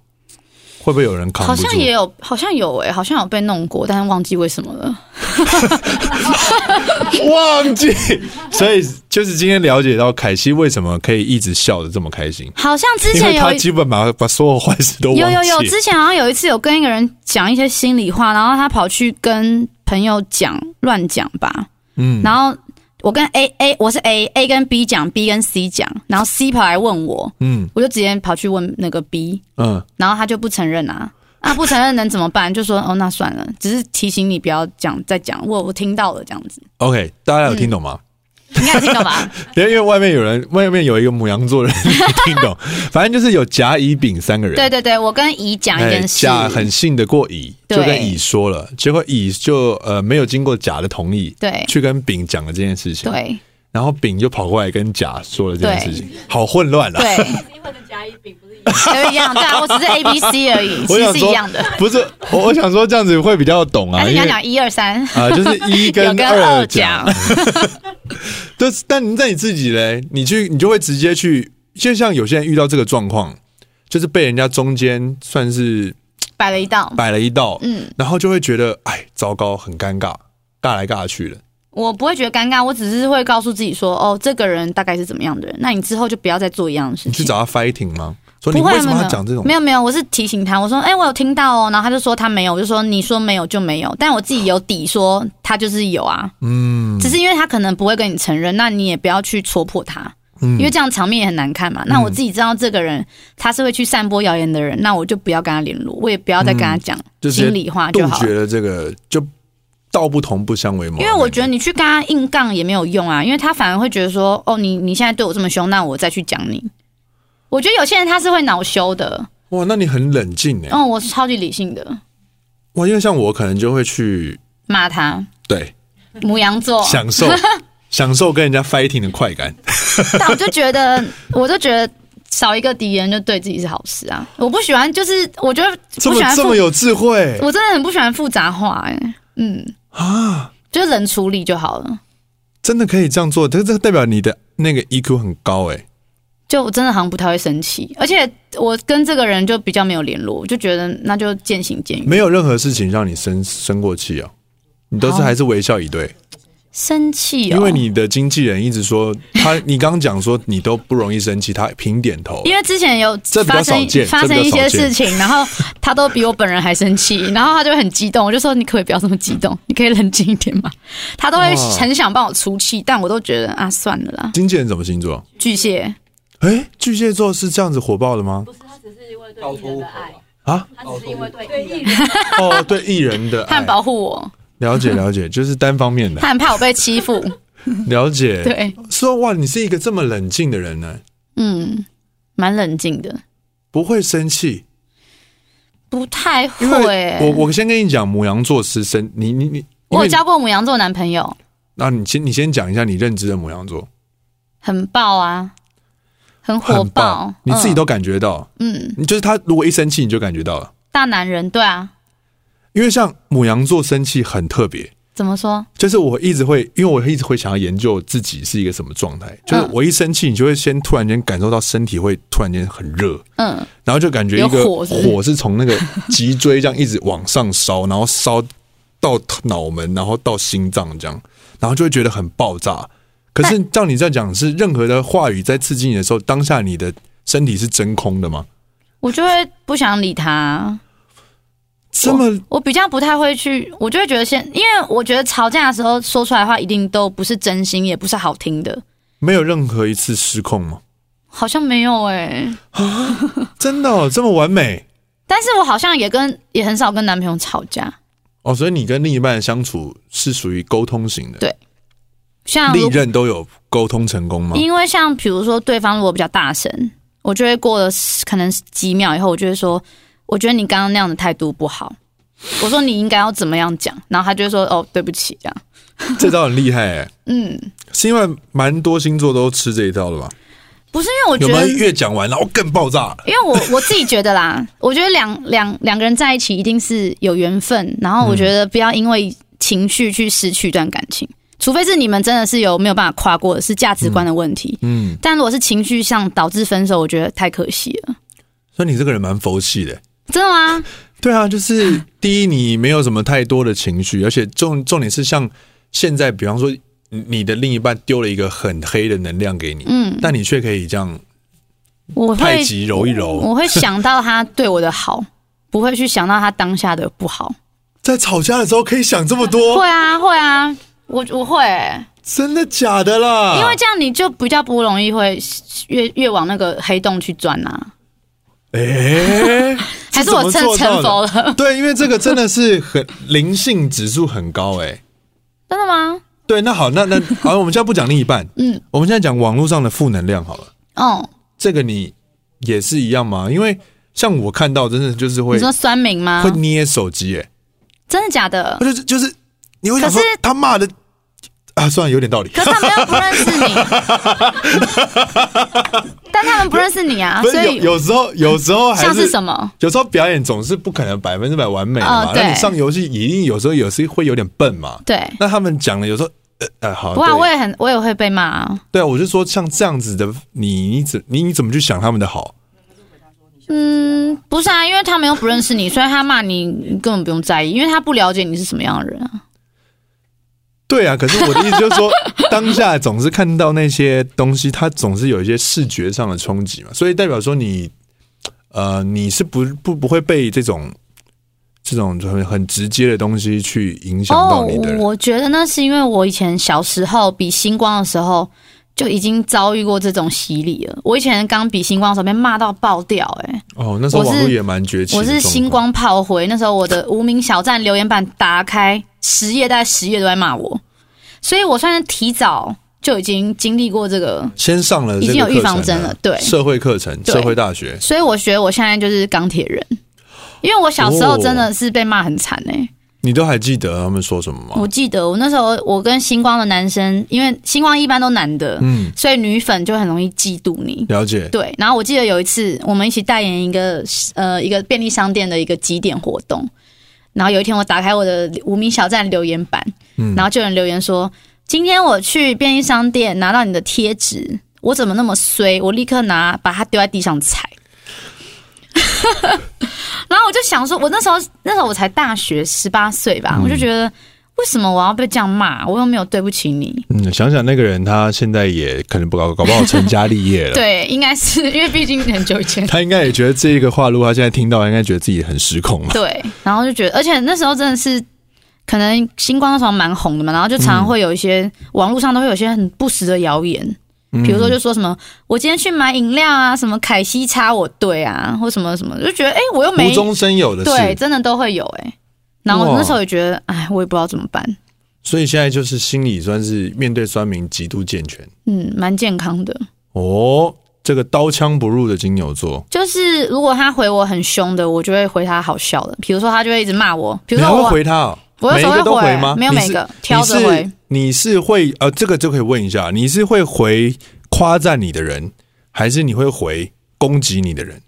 S1: 会不会有人扛
S2: 好
S1: 不住？
S2: 像也有，好像有诶、好像有被弄过，但是忘记为什么了。
S1: 忘记，所以就是今天了解到凯西为什么可以一直笑得这么开心，
S2: 好像之
S1: 因
S2: 前
S1: 为
S2: 有
S1: 他
S2: 一
S1: 基本把把所有坏事都忘记。
S2: 有有有，之前好像有一次有跟一个人讲一些心里话，然后他跑去跟朋友讲乱讲吧，
S1: 嗯，
S2: 然后我跟 A A 我是 A A 跟 B 讲，B 跟 C 讲，然后 C 跑来问我，
S1: 嗯
S2: 我就直接跑去问那个 B，
S1: 嗯，
S2: 然后他就不承认啊，啊不承认能怎么办？ 就说哦那算了，只是提醒你不要讲再讲，我我听到了这样子，
S1: OK，大家有听懂吗？
S2: 嗯应该有听 到吧？
S1: 因为因为外面有人，外面有一个母羊座人没听懂， 反正就是有甲、乙、丙三个人。
S2: 对对对，我跟乙讲一件事，
S1: 甲哎很信得过乙，就
S2: 对
S1: 跟乙说了，结果乙就呃没有经过甲的同意，
S2: 对
S1: 去跟丙讲了这件事情。
S2: 对
S1: 然后丙就跑过来跟甲说了这件事情，好混乱啊！
S2: 对，
S3: 机会的甲乙丙不是一样。
S2: 都一样，对啊，我只是 A B C 而已，
S1: 我
S2: 其
S1: 想说
S2: 实是一样的。
S1: 不是我，我想说这样子会比较懂
S2: 还
S1: 啊，
S2: 哎是
S1: 因
S2: 你要
S1: 为
S2: 讲一二三，
S1: 啊、就是一
S2: 有
S1: 跟
S2: 跟
S1: 二
S2: 二
S1: 讲
S2: 讲，
S1: 但是但你在你自己嘞，你去你就会直接去，就像有些人遇到这个状况，就是被人家中间算是
S2: 摆了一道，
S1: 摆了一道，
S2: 嗯，
S1: 然后就会觉得哎，糟糕，很尴尬，尬来尬去的。
S2: 我不会觉得尴尬，我只是会告诉自己说，哦，这个人大概是怎么样的人，那你之后就不要再做一样的事
S1: 你去
S2: 情。
S1: 找他 fighting 吗？说你
S2: 不会，啊
S1: 为什
S2: 没有
S1: 么要讲这种
S2: 没？有没有，我是提醒他，我说，哎、我有听到哦，然后他就说他没有，我就说你说没有就没有，但我自己有底，说他就是有啊，
S1: 嗯
S2: 只是因为他可能不会跟你承认，那你也不要去戳破他，
S1: 嗯
S2: 因为这样场面也很难看嘛。那我自己知道这个人他是会去散播谣言的人，那我就不要跟他联络，我也不要再跟他讲
S1: 就直接
S2: 心里话
S1: 嗯
S2: 就
S1: 杜
S2: 好了。
S1: 绝了这个，就道不同不相为谋。
S2: 因为我觉得你去跟他硬杠也没有用啊，因为他反而会觉得说，哦，你你现在对我这么凶，那我再去讲你。我觉得有些人他是会恼羞的，
S1: 哇，那你很冷静哎。
S2: 嗯，我是超级理性的，
S1: 哇，因为像我可能就会去
S2: 骂他
S1: 对
S2: 母羊座，
S1: 享 受享受跟人家 fighting 的快感。
S2: 但我就觉得， 我就觉得少一个敌人就对自己是好事啊。我不喜欢，就是我觉得
S1: 这
S2: 不喜
S1: 么
S2: 欢
S1: 这
S2: 复
S1: 么有智慧
S2: 我真的很不喜欢复杂化、哎，嗯，
S1: 啊！
S2: 就冷处理就好了。
S1: 真的可以这样做，这这代表你的那个 EQ 很高哎、
S2: 就我真的好像不太会生气，而且我跟这个人就比较没有联络，我就觉得那就渐行渐远。
S1: 没有任何事情让你生生过气哦，你都是
S2: 好
S1: 还是微笑以对，
S2: 生气、哦，
S1: 因为你的经纪人一直说他，你刚刚讲说你都不容易生气，他平点头，
S2: 因为之前有
S1: 这比较
S2: 发
S1: 少
S2: 生
S1: 见
S2: 发生
S1: 这比
S2: 一
S1: 较少
S2: 些
S1: 见
S2: 事情，然后他都比我本人还生气，然后他就很激动，我就说你可不可以不要这么激动，你可以冷静一点嘛。他都会
S1: 哇
S2: 很想帮我出气，但我都觉得啊算了啦。
S1: 经纪人什么星座？
S2: 巨蟹，
S1: 哎，巨蟹座是这样子火爆的 吗？
S3: 不是，他只是因为对艺人的爱，
S1: 啊，
S3: 他只是因为对艺人。
S1: 哦，对艺人的
S2: 他
S1: 爱
S2: 很保护我，
S1: 了 解了解，就是单方面的
S2: 他很怕我被欺负。
S1: 了解。，
S2: 对，
S1: 说哇，你是一个这么冷静的人呢，
S2: 嗯，蛮冷静的，
S1: 不会生气，
S2: 不太会
S1: 因为
S2: 欸。
S1: 我我先跟你讲，母羊座是生你你你，因
S2: 我
S1: 为
S2: 有
S1: 你
S2: 交过母羊座男朋友，
S1: 那你先你先讲一下你认知的母羊座，
S2: 很爆啊，很火
S1: 很棒
S2: 爆，，
S1: 你自己
S2: 嗯
S1: 都感觉到，
S2: 嗯
S1: 你就是他如果一生气你就感觉到了，
S2: 大男人，对啊，
S1: 因为像母羊座生气很特别，
S2: 怎么说？
S1: 就是我一直会，因为我一直会想要研究自己是一个什么状态。
S2: 嗯
S1: 就是我一生气，你就会先突然间感受到身体会突然间很热，
S2: 嗯，
S1: 然后就感觉一个
S2: 有火是不是
S1: 火是从那个脊椎这样一直往上烧，然后烧到脑门，然后到心脏这样，然后就会觉得很爆炸。可是照你这样讲，是任何的话语在刺激你的时候，当下你的身体是真空的吗？
S2: 我就会不想理他。啊
S1: 这么
S2: 我比较不太会去，我就会觉得先，因为我觉得吵架的时候说出来的话一定都不是真心，也不是好听的，
S1: 没有任何一次失控吗？
S2: 好像没有哎、
S1: 真的、哦、这么完美
S2: 但是我好像也跟也很少跟男朋友吵架，
S1: 哦？所以你跟另一半的相处是属于沟通型的。
S2: 像
S1: 历
S2: 如
S1: 任都有沟通成功吗？
S2: 因为像比如说对方如果比较大声，我就会过了十可能几秒以后，我就会说，我觉得你刚刚那样的态度不好，我说你应该要怎么样讲，然后他就会说哦对不起这样，
S1: 这招很厉害哎、
S2: 嗯，
S1: 是因为蛮多星座都吃这一套的吧？
S2: 不是因为我觉
S1: 有没有
S2: 得
S1: 越讲完然后更爆炸？
S2: 因为我我自己觉得啦，我觉得两两两个人在一起一定是有缘分，然后我觉得不要因为情绪去失去一段感情，除非是你们真的是有没有办法跨过的是价值观的问题。
S1: 嗯，
S2: 但如果是情绪上导致分手，我觉得太可惜了。
S1: 所以你这个人蛮佛系的欸、
S2: 真的吗？
S1: 对啊，就是 第一，你没有什么太多的情绪，而且重重点是像现在，比方说你你的另一半丢了一个很黑的能量给你，
S2: 嗯，
S1: 但你却可以这样
S2: 我
S1: 太
S2: 会
S1: 极揉一揉。
S2: 我会想到他对我的好，不会去想到他当下的不好。
S1: 在吵架的时候可以想这么多，
S2: 会啊，会啊，我我会、
S1: 啊真的假的啦？
S2: 因为这样你就比较不容易会越越往那个黑洞去钻啊。
S1: 哎、这
S2: 还是
S1: 怎
S2: 我
S1: 么
S2: 成
S1: 做到
S2: 成
S1: 的
S2: 佛了？
S1: 对，因为这个真的是很灵性指数很高哎、
S2: 真的吗？
S1: 对，那好，那那好，我们现在不讲另一半，
S2: 嗯，
S1: 我们现在讲网络上的负能量好了。
S2: 哦，
S1: 这个你也是一样吗？因为像我看到，真的就是会
S2: 你说酸民吗
S1: 会？捏手机、欸，
S2: 真的假的？
S1: 哎，就是就是你会想说
S2: 可是
S1: 他骂的啊，算了，有点道理。
S2: 可是他们又不认识 你，但他们不认识你啊，
S1: 不是
S2: 所
S1: 有
S2: 以
S1: 有时候有时候还
S2: 像
S1: 是
S2: 是什么？
S1: 有时候表演总是不可能百分之百完美的嘛
S2: 哦。
S1: 那、
S2: 对
S1: 你上游戏一定有时候有时会有点笨嘛。
S2: 对，
S1: 那他们讲的有时候呃呃好，
S2: 哇，
S1: 对
S2: 我也很，我也会被骂啊。
S1: 对啊，我就说像这样子的你，你怎你你怎么去想他们的好？
S2: 嗯，不是啊，因为他们又不认识 你，所以他骂你你根本不用在意，因为他不了解你是什么样的人啊。
S1: 对啊，可是我的意思 就是说，当下总是看到那些东西，它总是有一些视觉上的冲击嘛，所以代表说你，呃，你是不不不会被这种这种很很直接的东西去影响到你的人。
S2: 哦我觉得那是因为我以前小时候比星光的时候就已经遭遇过这种洗礼了。我以前刚比星光的时候被骂到爆掉、欸，哎，
S1: 哦，那时候
S2: 我是
S1: 网络也蛮崛起的
S2: 我是星
S1: 状况，
S2: 光炮灰，那时候我的无名小站留言板打开，十页大概十页都在骂我，所以我算是提早就已经经历过这个，
S1: 先上了这
S2: 已
S1: 个
S2: 经有预防
S1: 课程
S2: 针了，对，
S1: 社会课程，
S2: 对
S1: 社会大学，
S2: 所以我觉得我现在就是钢铁人，因为我小时候真的是被骂很惨哎、
S1: 你都还记得他们说什么吗？
S2: 我记得我那时候我跟星光的男生，因为星光一般都男的，
S1: 嗯，
S2: 所以女粉就很容易嫉妒你。
S1: 了解，
S2: 对，然后我记得有一次我们一起代言一个呃一个便利商店的一个集点活动，然后有一天我打开我的无名小站留言板，
S1: 嗯
S2: 然后就有人留言说：“今天我去便利商店拿到你的贴纸，我怎么那么衰？我立刻拿把它丢在地上踩。” 然后我就想说，我那时候那时候我才大学十八岁吧，我就觉得为什么我要被这样骂？我又没有对不起你。
S1: 嗯，想想那个人，他现在也可能不搞搞不好成家立 业了，
S2: 对，啊应该是因为毕竟很久以 前。
S1: 他应该也觉得这个话，如果他现在听到，应该觉得自己很失控嘛。
S2: 对，然后就觉得，而且那时候真的是，可能星光那时候蛮红的嘛，然后就常常会有一些、网络上都会有一些很不实的谣言，
S1: 嗯
S2: 比如说就说什么、我今天去买饮料啊，什么凯西插我队啊，或什么什么，就觉得哎、诶我又
S1: 无
S2: 没
S1: 中生有的
S2: 对，
S1: 事，
S2: 真的都会有哎、诶然后
S1: 哇
S2: 我那时候也觉得，哎，我也不知道怎么办，
S1: 所以现在就是心理算是面对酸民极度健全
S2: 嗯，蛮健康的。
S1: 哦。这个刀枪不入的金牛座，
S2: 就是如果他回我很凶的，我就会回他好笑的，比如说他就会一直骂我，比
S1: 你
S2: 如
S1: 还
S2: 说
S1: 会
S2: 我
S1: 回他、哦？
S2: 我有
S1: 每一
S2: 时候
S1: 个
S2: 会
S1: 都回吗？
S2: 没有
S1: 你
S2: 每
S1: 是
S2: 个挑着回。
S1: 你是你是会呃，这个就可以问一下，你是会回夸赞你的人，还是你会回攻击你的人？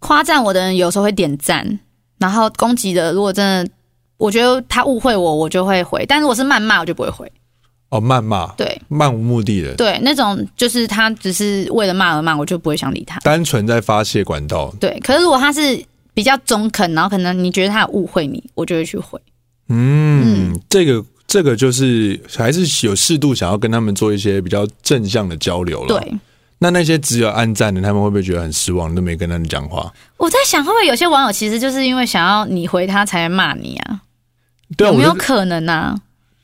S2: 夸赞我的人有时候会点赞，然后攻击的如果真的，我觉得他误会我，我就会回；但如果是谩骂，我就不会回。
S1: 哦，谩骂，
S2: 对
S1: 漫无目的的，
S2: 对，那种就是他只是为了骂而骂，我就不会想理他。
S1: 单纯在发泄管道。
S2: 对，可是如果他是比较中肯，然后可能你觉得他有误会你，我就会去回。
S1: 嗯，这个这个就是还是有适度想要跟他们做一些比较正向的交流了。，
S2: 对，
S1: 那那些只有暗赞的，他们会不会觉得很失望？你都没跟他们讲话？
S2: 我在想会不会有些网友其实就是因为想要你回他才骂你啊？
S1: 对啊，
S2: 有
S1: 我
S2: 没有
S1: 就
S2: 可能啊？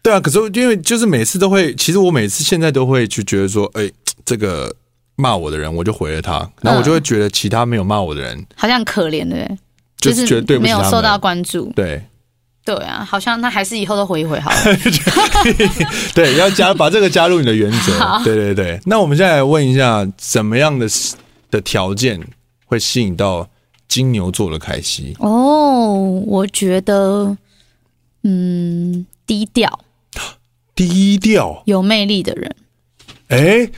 S1: 对啊，可是因为就是每次都会，其实我每次现在都会去觉得说，哎、这个骂我的人，我就回了他，然后我就
S2: 嗯
S1: 会觉得其他没有骂我的人，
S2: 好像很可怜的，
S1: 就
S2: 就是
S1: 觉得对不
S2: 没
S1: 起
S2: 有
S1: 他
S2: 受到
S1: 们。
S2: 关注。
S1: 对
S2: 对啊，好像他还是以后都回一回好了。
S1: 对，要加把这个加入你的原则。对对对，那我们现在来问一下，怎么样的的条件会吸引到金牛座的凯西？
S2: 哦，我觉得，嗯，低调、
S1: 低调，
S2: 有魅力的人，
S1: 哎、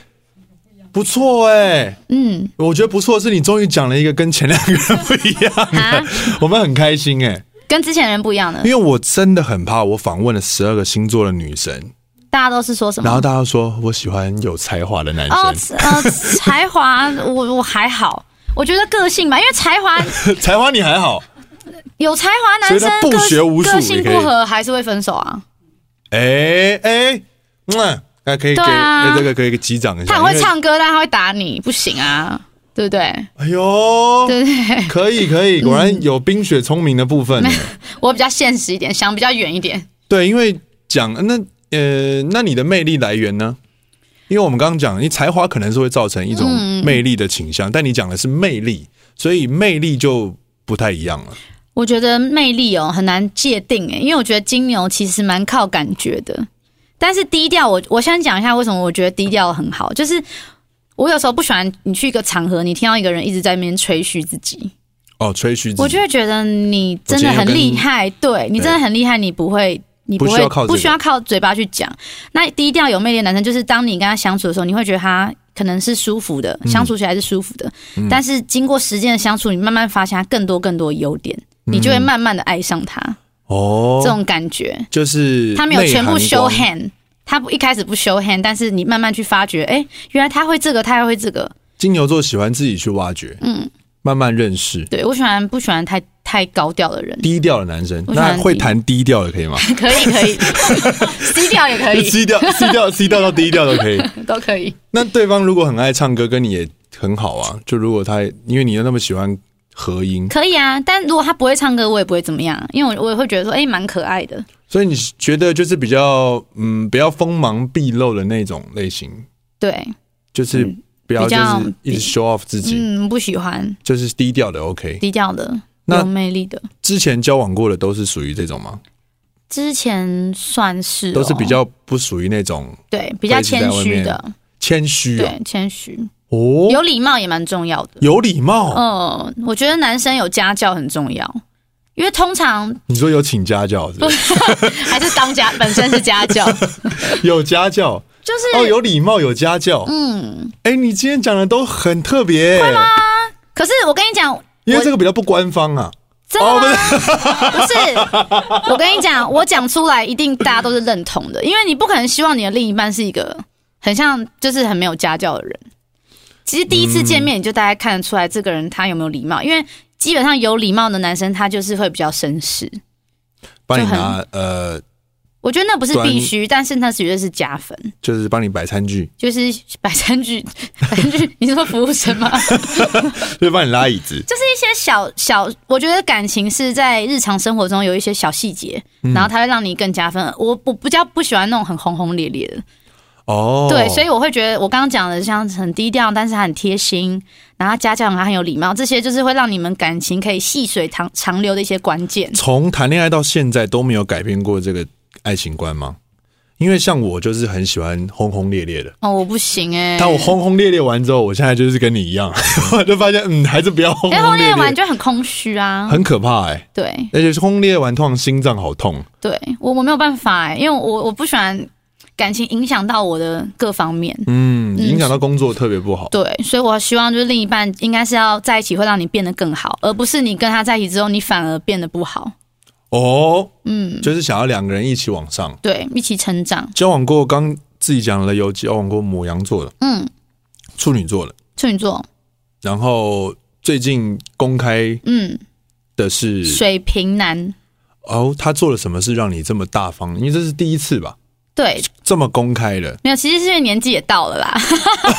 S1: 不错哎、
S2: 嗯
S1: 我觉得不错，是你终于讲了一个跟前两个人不一样
S2: 啊
S1: 的，，我们很开心哎、
S2: 跟之前人不一样的
S1: 因，为我真的很怕，我访问了十二个星座的女神，
S2: 大家都是说什
S1: 然后
S2: 么？
S1: 大家说我喜欢有才华的男
S2: 哦，
S1: 生，
S2: 呃，才华，我我 还好，我觉得个性吧，因为 才华
S1: 才华你还好，
S2: 有才华
S1: 所以
S2: 男
S1: 他
S2: 生
S1: 不学无术
S2: 个个性
S1: 也可
S2: 不
S1: 以
S2: 合还是会分手啊，
S1: 哎哎，嗯，那可以给
S2: 对啊
S1: 哎这个可以击掌一下，
S2: 他很会
S1: 因为，
S2: 唱歌，但他会打你，不行啊，对不对？
S1: 哎呦，
S2: 对对对，
S1: 可以可以，果然有冰雪聪明的部分，
S2: 我比较现实一点，想比较远一点，
S1: 对，因为讲那呃，那你的魅力来源呢？因为我们刚刚讲，你才华可能是会造成一种
S2: 嗯
S1: 魅力的倾向，但你讲的是魅力，所以魅力就不太一样了。
S2: 我觉得魅力哦很难界定诶，因为我觉得金牛其实蛮靠感觉的，但是低调我我先讲一下为什么我觉得低调很好，就是我有时候不喜欢你去一个场合，你听到一个人一直在那边吹嘘自己，
S1: 哦，吹嘘自己，
S2: 我就会觉得你真的很厉害，对你真的很厉害，你不会。你不
S1: 不需要
S2: 会
S1: 靠这个
S2: 不需要靠嘴巴去讲。那低调有魅力的男生，就是当你跟他相处的时候，你会觉得他可能是舒
S1: 嗯
S2: 服的，相处起来是舒服的。但是经过时间的相处，你慢慢发现他更多更多优点，你就会慢慢的爱上他。
S1: 嗯哦，
S2: 这种感觉，
S1: 就是
S2: 他没有全部
S1: 内涵
S2: show
S1: 光
S2: hand，他不一开始不 show hand，但是你慢慢去发觉，哎、原来他会这个，他还会这个，
S1: 金牛座喜欢自己去挖掘，嗯，慢慢认识，
S2: 对我喜欢不喜欢太太高调的人
S1: 低调的男生。
S2: 我喜欢
S1: 那会
S2: 低
S1: 弹低调的可以吗？
S2: 可以可 以低调也可以，
S1: 低 调、低调、低调到低调都可以。
S2: 都可以。
S1: 那对方如果很爱唱歌，跟你也很好啊。就如果他因为你又那么喜欢合音，
S2: 可以啊，但如果他不会唱歌，我也不会怎么样，因为我我也会觉得说，哎、蛮可爱的。
S1: 所以你觉得就是比较嗯，不要锋芒毕露的那种类型，
S2: 对，
S1: 就是不要
S2: 嗯
S1: 就
S2: 比较
S1: 是一直 show off 自己，
S2: 嗯，不喜欢
S1: 就是低调的 OK。
S2: 低调的、
S1: 那
S2: 有魅力的。
S1: 之前交往过的都是属于这种吗？
S2: 之前算是、哦、
S1: 都是比较不属于那种
S2: 对比较谦虚的，
S1: 谦虚啊
S2: 对谦虚，
S1: 哦，
S2: 有礼貌也蛮重要的。
S1: 有礼貌。
S2: 嗯，我觉得男生有家教很重要，因为通常
S1: 你说有请家教是不是
S2: 还是当 家本身是家教，
S1: 有家教
S2: 就是、
S1: 哦，有礼貌，有家教。
S2: 嗯。
S1: 哎、你今天讲的都很特别、会吗？
S2: 可是我跟你讲，
S1: 因为
S2: 我
S1: 这个比较不官方啊。
S2: 真的吗？哦不是，我跟你讲，我讲出来一定大家都是认同的，因为你不可能希望你的另一半是一个很像就是很没有家教的人。其实第一次见面，你就大概看得出来这个人他有没有礼貌，因为基本上有礼貌的男生，他就是会比较绅士。
S1: 帮你
S2: 就很
S1: 拿呃，
S2: 我觉得那不是必须，但是那绝对是啊加分，
S1: 就是帮你摆餐具，
S2: 就是摆餐 具，摆餐具，你是说服务生吗？
S1: 就是帮你拉椅子。
S2: 就是一些小小，我觉得感情是在日常生活中有一些小细节，然后它会让你更加分。我我比较不喜欢那种很轰轰烈烈的，
S1: 哦，
S2: 对，所以我会觉得我刚刚讲的像很低调，但是他很贴心，然后他家教他很有礼貌，这些就是会让你们感情可以细水长长流的一些关键。
S1: 从谈恋爱到现在都没有改变过这个爱情观吗？因为像我就是很喜欢轰轰烈烈的，
S2: 哦，我不行哎、欸，
S1: 但我轰轰烈烈完之后，我现在就是跟你一样， 我就发现嗯，还是不要轰
S2: 哎，
S1: 轰
S2: 轰
S1: 烈
S2: 烈
S1: 烈，
S2: 完就很空虚啊，
S1: 很可怕哎、
S2: 对
S1: 而且是轰轰烈烈完，通常心脏好痛。
S2: 对，我我没有办法哎、因为我我不喜欢感情影响到我的各方面。
S1: 嗯，
S2: 嗯
S1: 影响到工作特别不好。
S2: 对，所以我希望就是另一半应该是要在一起会让你变得更好，而不是你跟他在一起之后你反而变得不好。
S1: 哦，
S2: 嗯，
S1: 就是想要两个人一起往上。
S2: 对，一起成长。
S1: 交往过刚自己讲了，有交往过母羊座的、
S2: 嗯，
S1: 处女座的，
S2: 处女座，
S1: 然后最近公开
S2: 嗯，
S1: 的是
S2: 水瓶男，
S1: 哦，他做了什么事让你这么大方？因为这是第一次吧，
S2: 对，
S1: 这么公开的。
S2: 没有，其实是因为年纪也到 了啦，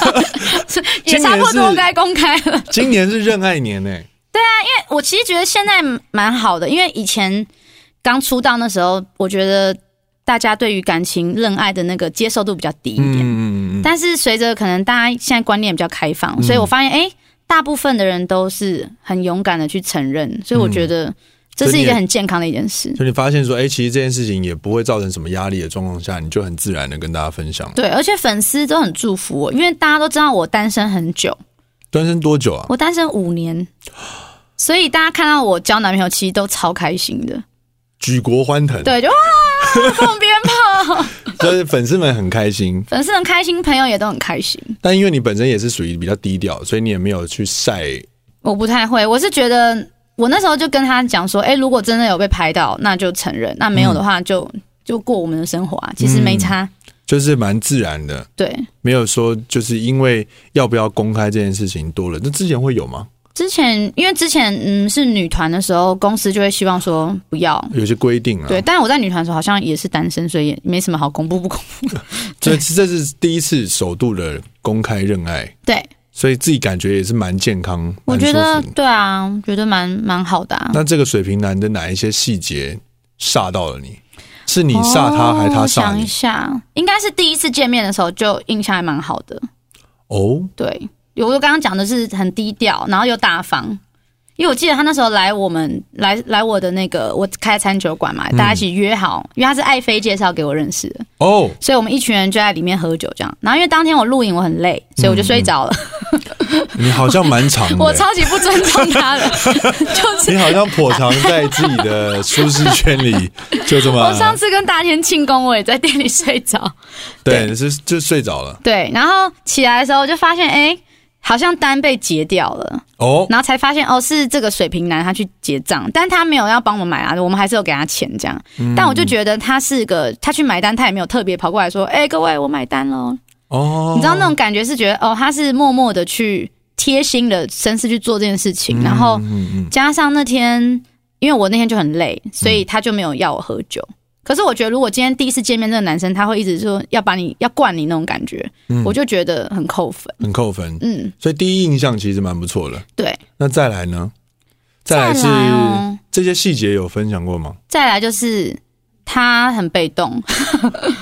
S2: 是也
S1: 今年
S2: 差不多
S1: 是
S2: 该公开了。哎
S1: 今年是认爱年呢、欸
S2: 我其实觉得现在蛮好的，因为以前刚出道那时候，我觉得大家对于感情、认爱的那个接受度比较 低一点。
S1: 嗯嗯嗯嗯，
S2: 但是随着可能大家现在观念比较开放，所以我发现，哎、大部分的人都是很勇敢的去承认，所以我觉得这是一个很健康的一件事。
S1: 就你发现说，哎、其实这件事情也不会造成什么压力的状况下，你就很自然的跟大家分享。
S2: 对，而且粉丝都很祝福我，因为大家都知道我单身很久，
S1: 单身多久啊？
S2: 我单身五年，所以大家看到我交男朋友，其实都超开心的。
S1: 举国欢腾，
S2: 对，就哇，放鞭炮，
S1: 就是粉丝们很开心。
S2: 粉丝很开心，朋友也都很开心。
S1: 但因为你本身也是属于比较低调，所以你也没有去晒
S2: 我不太会，我是觉得我那时候就跟他讲说，哎、如果真的有被拍到，那就承认；那没有的话就，就过我们的生活
S1: 嗯
S2: 啊，其实没差。
S1: 就是蛮自然的，
S2: 对，
S1: 没有说就是因为要不要公开这件事情多了。那之前会有吗？
S2: 之前因为之前嗯是女团的时候，公司就会希望说不要。
S1: 有些规定啊。
S2: 嗯对，，但我在女团的时候好像也是单身，所以也没什么好 公布不公布。
S1: 这这是第一次首度的公开认爱，
S2: 对，
S1: 所以自己感觉也是蛮健康，
S2: 我
S1: 蛮
S2: 觉
S1: 舒
S2: 得
S1: 服。
S2: 对啊，我觉得蛮蛮好的、啊。
S1: 那这个水瓶男的哪一些细节煞到了你？是你煞他，
S2: 哦
S1: 还他
S2: 我
S1: 煞
S2: 想一
S1: 你？
S2: 下，应该是第一次见面的时候就印象还蛮好的。
S1: 哦，
S2: 对，有我刚刚讲的是很低调，然后又大方。因为我记得他那时候来我们来来我的那个我开餐酒馆嘛，大家一
S1: 嗯
S2: 起约好，因为他是爱妃介绍给我认识的，
S1: 哦，
S2: 所以我们一群人就在里面喝酒这样。然后因为当天我录影我很累，所以我就
S1: 嗯
S2: 睡着了。
S1: 你好像蛮长的
S2: 我
S1: 欸，
S2: 超级不尊重他 的，就是
S1: 你好啊像颇常在自己的舒适圈 里，就这么
S2: 我上次跟大天庆功，我也在店里睡着。
S1: 对，是就睡着了。
S2: 对，然后起来的时候我就发现，哎、好像单被结掉了。
S1: 哦，
S2: 然后才发现哦，是这个水瓶男他去结账，但他没有要帮我买啊，我们还是有给他钱这样。
S1: 嗯
S2: 但我就觉得他是个，他去买单，他也没有特别跑过来说，哎、各位我买单喽。
S1: 哦，
S2: 你知道那种感觉是觉得哦，他是默默的去贴心的深思去做这件事情，
S1: 嗯
S2: 然后
S1: 嗯嗯
S2: 加上那天，因为我那天就很累，所以他就没有要我喝酒。可是我觉得，如果今天第一次见面，这个男生他会一直说要把你要灌你那种感觉，
S1: 嗯
S2: 我就觉得很扣分。
S1: 很扣分，
S2: 嗯，
S1: 所以第一印象其实蛮不错的。
S2: 对。
S1: 那再来呢？再来是
S2: 再来哦
S1: 这些细节有分享过吗？
S2: 再来就是他很被动，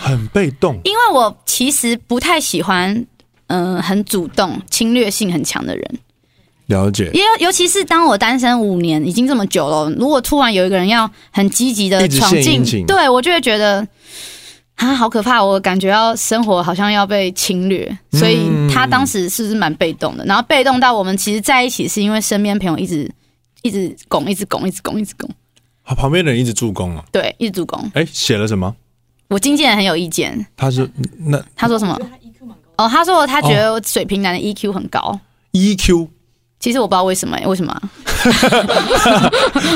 S1: 很被动，
S2: 因为我其实不太喜欢，嗯、很主动、侵略性很强的人。
S1: 了解，
S2: 因为尤其是当我单身五年，已经这么久了，如果突然有一个人要很积极
S1: 一
S2: 的
S1: 直
S2: 闯
S1: 献殷
S2: 进，
S1: 勤
S2: 对我就会觉得啊，好可怕！我感觉要生活好像要被侵略，所以
S1: 嗯
S2: 他当时是不是蛮被动的？然后被动到我们其实在一起是因为身边朋友一直一直拱，一直拱，一直拱，一直拱，
S1: 他啊旁边的人一直助攻啊。
S2: 对，一直拱。
S1: 哎，写了什么？
S2: 我经纪人很有意见，
S1: 他说那
S2: 他说什么？
S4: E
S2: 哦，他说他觉得我水瓶男的 EQ 很高。
S1: EQ，
S2: 其实我不知道为什么、为什么啊、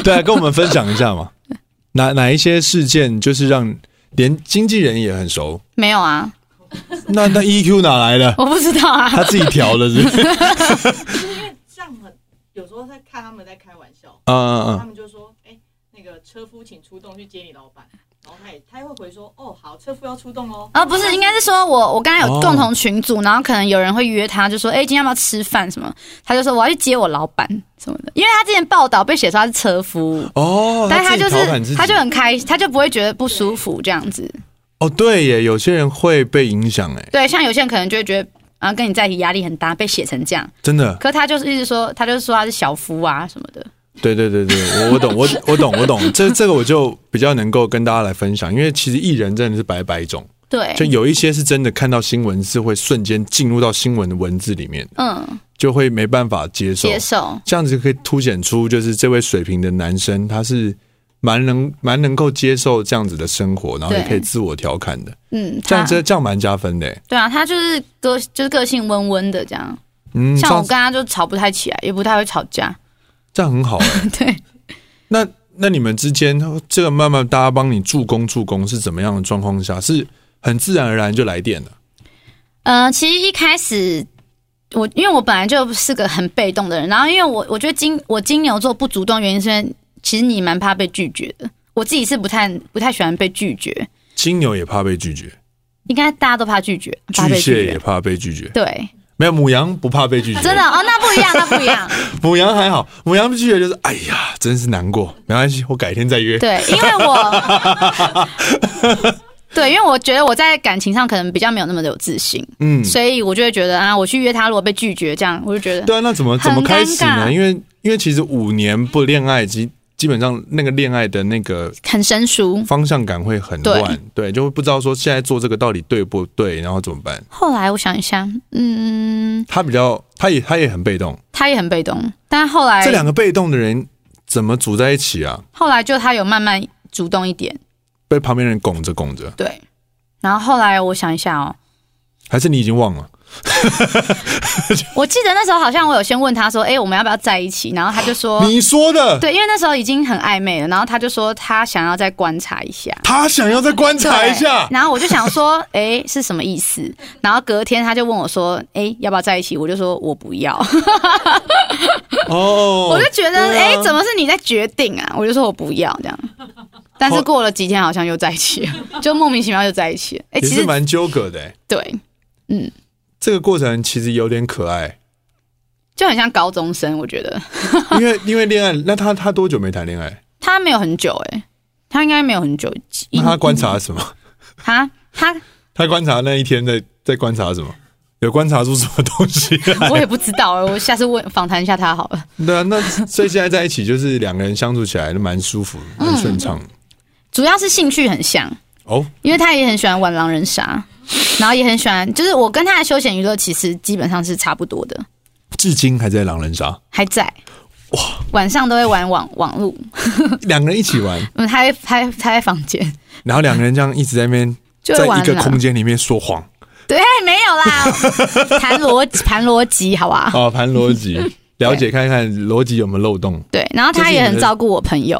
S1: 对啊，跟我们分享一下嘛。 哪哪一些事件就是让连经纪人也很熟？
S2: 没有啊，
S1: 那那 EQ 哪来的？
S2: 我不知道 啊。
S1: 他自己调的是 不是？
S4: 就是因为像很有时候在看他们在开玩笑，
S1: 嗯嗯
S4: 他
S1: 嗯，
S4: 们就说：“哎、那个车夫请出动去接你老板。”然后他也他也会回说：“哦，好，车夫要出动哦。”
S2: 啊，不是，应该是说我我刚才
S1: 哦
S2: 有共同群组，然后可能有人会约他，就说，哎、今天要不要吃饭什么？他就说我要去接我老板什么的，因为他之前报道被写说他是车夫，
S1: 哦，
S2: 但是他
S1: 自己
S2: 就
S1: 调侃自
S2: 是
S1: 己
S2: 他就很开，他就不会觉得不舒服这样子。
S1: 哦，对耶，有些人会被影响，哎，
S2: 对，像有些人可能就会觉得。啊，跟你在一起压力很大，被写成这样。
S1: 真的，
S2: 可他就是一直说，他就是说他是小夫啊什么的。
S1: 对对对对，我我懂，我我懂，我懂，这这个我就比较能够跟大家来分享，因为其实艺人真的是百百种，
S2: 对，
S1: 就有一些是真的看到新闻是会瞬间进入到新闻的文字里面，
S2: 嗯，
S1: 就会没办法接受，
S2: 接受。
S1: 这样子可以凸显出就是这位水平的男生他是蛮能蛮能够接受这样子的生活，然后也
S2: 对
S1: 可以自我调侃的，
S2: 嗯，
S1: 这
S2: 他
S1: 样这这样蛮加分的耶，欸
S2: 对啊，他就是个就是个性温温的这样。
S1: 嗯，这
S2: 像我
S1: 样
S2: 跟他就吵不太起来，也不太会吵架。
S1: 这样很好哎，
S2: 对。
S1: 那那你们之间这个慢慢大家帮你助攻助攻是怎么样的状况下？是很自然而然就来电的，
S2: 呃，其实一开始我因为我本来就是个很被动的人，然后因为我我觉得金我金牛座不主动，原因是因为其实你蛮怕被拒绝的。我自己是不太不太喜欢被拒绝，
S1: 金牛也怕被拒绝，
S2: 应该大家都怕拒绝，怕
S1: 巨
S2: 被拒
S1: 蟹也
S2: 绝。
S1: 怕被拒绝，
S2: 对，
S1: 没有母羊不怕被拒绝，
S2: 真的哦，那不一样，那不 一样。
S1: 母羊还好，母羊被拒绝就是哎呀，真是难过，没关系，我改天再约。
S2: 对，因为我 对，因为我觉得我在感情上可能比较没有那么的有自信，
S1: 嗯，
S2: 所以我就会觉得啊，我去约他，如果被拒绝，这样我就觉得
S1: 对啊，那怎么怎
S2: 很
S1: 么开始
S2: 尴
S1: 呢？
S2: 尬
S1: 因为因为其实五年不恋爱，基基本上那个恋爱的那个
S2: 很生疏。
S1: 方向感会很
S2: 对
S1: 乱，对，就会不知道说现在做这个到底对不对，然后怎么办？
S2: 后来我想一下，嗯，
S1: 他比较，他也他也很被动。
S2: 他也很被动，但后来
S1: 这两个被动的人怎么组在一起啊？
S2: 后来就他有慢慢主动一点，
S1: 被旁边人拱着拱着，
S2: 对。然后后来我想一下哦，
S1: 还是你已经忘了？
S2: 我记得那时候好像我有先问他说，哎、我们要不要在一起？然后他就说，
S1: 你说的，
S2: 对，因为那时候已经很暧昧了，然后他就说他想要再观察一下。
S1: 他想要再观察一下
S2: 对，然后我就想说，哎、是什么意思？然后隔天他就问我说，哎、要不要在一起？我就说我不要，
S1: 哦，
S2: 我就觉得，
S1: 对啊
S2: 哎、怎么是你在决定啊？我就说我不要这样。但是过了几天，好像又在一起了， 就莫名其妙又在一起了。哎、
S1: 也
S2: 其
S1: 是
S2: 实
S1: 蛮纠葛的欸。
S2: 对，
S1: 这个过程其实有点可 爱，
S2: 就很像高中生，我觉得
S1: 因为因为恋爱，那他他多久没谈恋爱？
S2: 他没有很久哎、他应该没有很久。
S1: 那他观察什么？
S2: 他他
S1: 他观察那一天在在观察什么？有观察出什么东 西来？
S2: 我也不知 道哎、我下次问访谈一下他好了。
S1: 对啊，那所以现在在一起就是两个人相处起来都蛮舒服、蛮顺畅
S2: 嗯
S1: 的。
S2: 主要是兴趣很像，
S1: 哦，
S2: 因为他也很喜欢玩狼人杀，然后也很喜欢，就是我跟他的休闲娱乐其实基本上是差不多的，
S1: 至今还在狼人杀，
S2: 还在哇，晚上都会玩网网路，
S1: 两个人一起玩，
S2: 嗯，他在他在他在房间
S1: 然后两个人这样一直在那边，
S2: 就
S1: 在
S2: 会玩
S1: 一个
S2: 啦
S1: 空间里面说 谎
S2: 对，没有啦， 谈逻盘逻辑好吧，
S1: 啊，盘逻辑， 了解看看逻辑有没有漏洞
S2: 对，然后他也很照顾我朋友，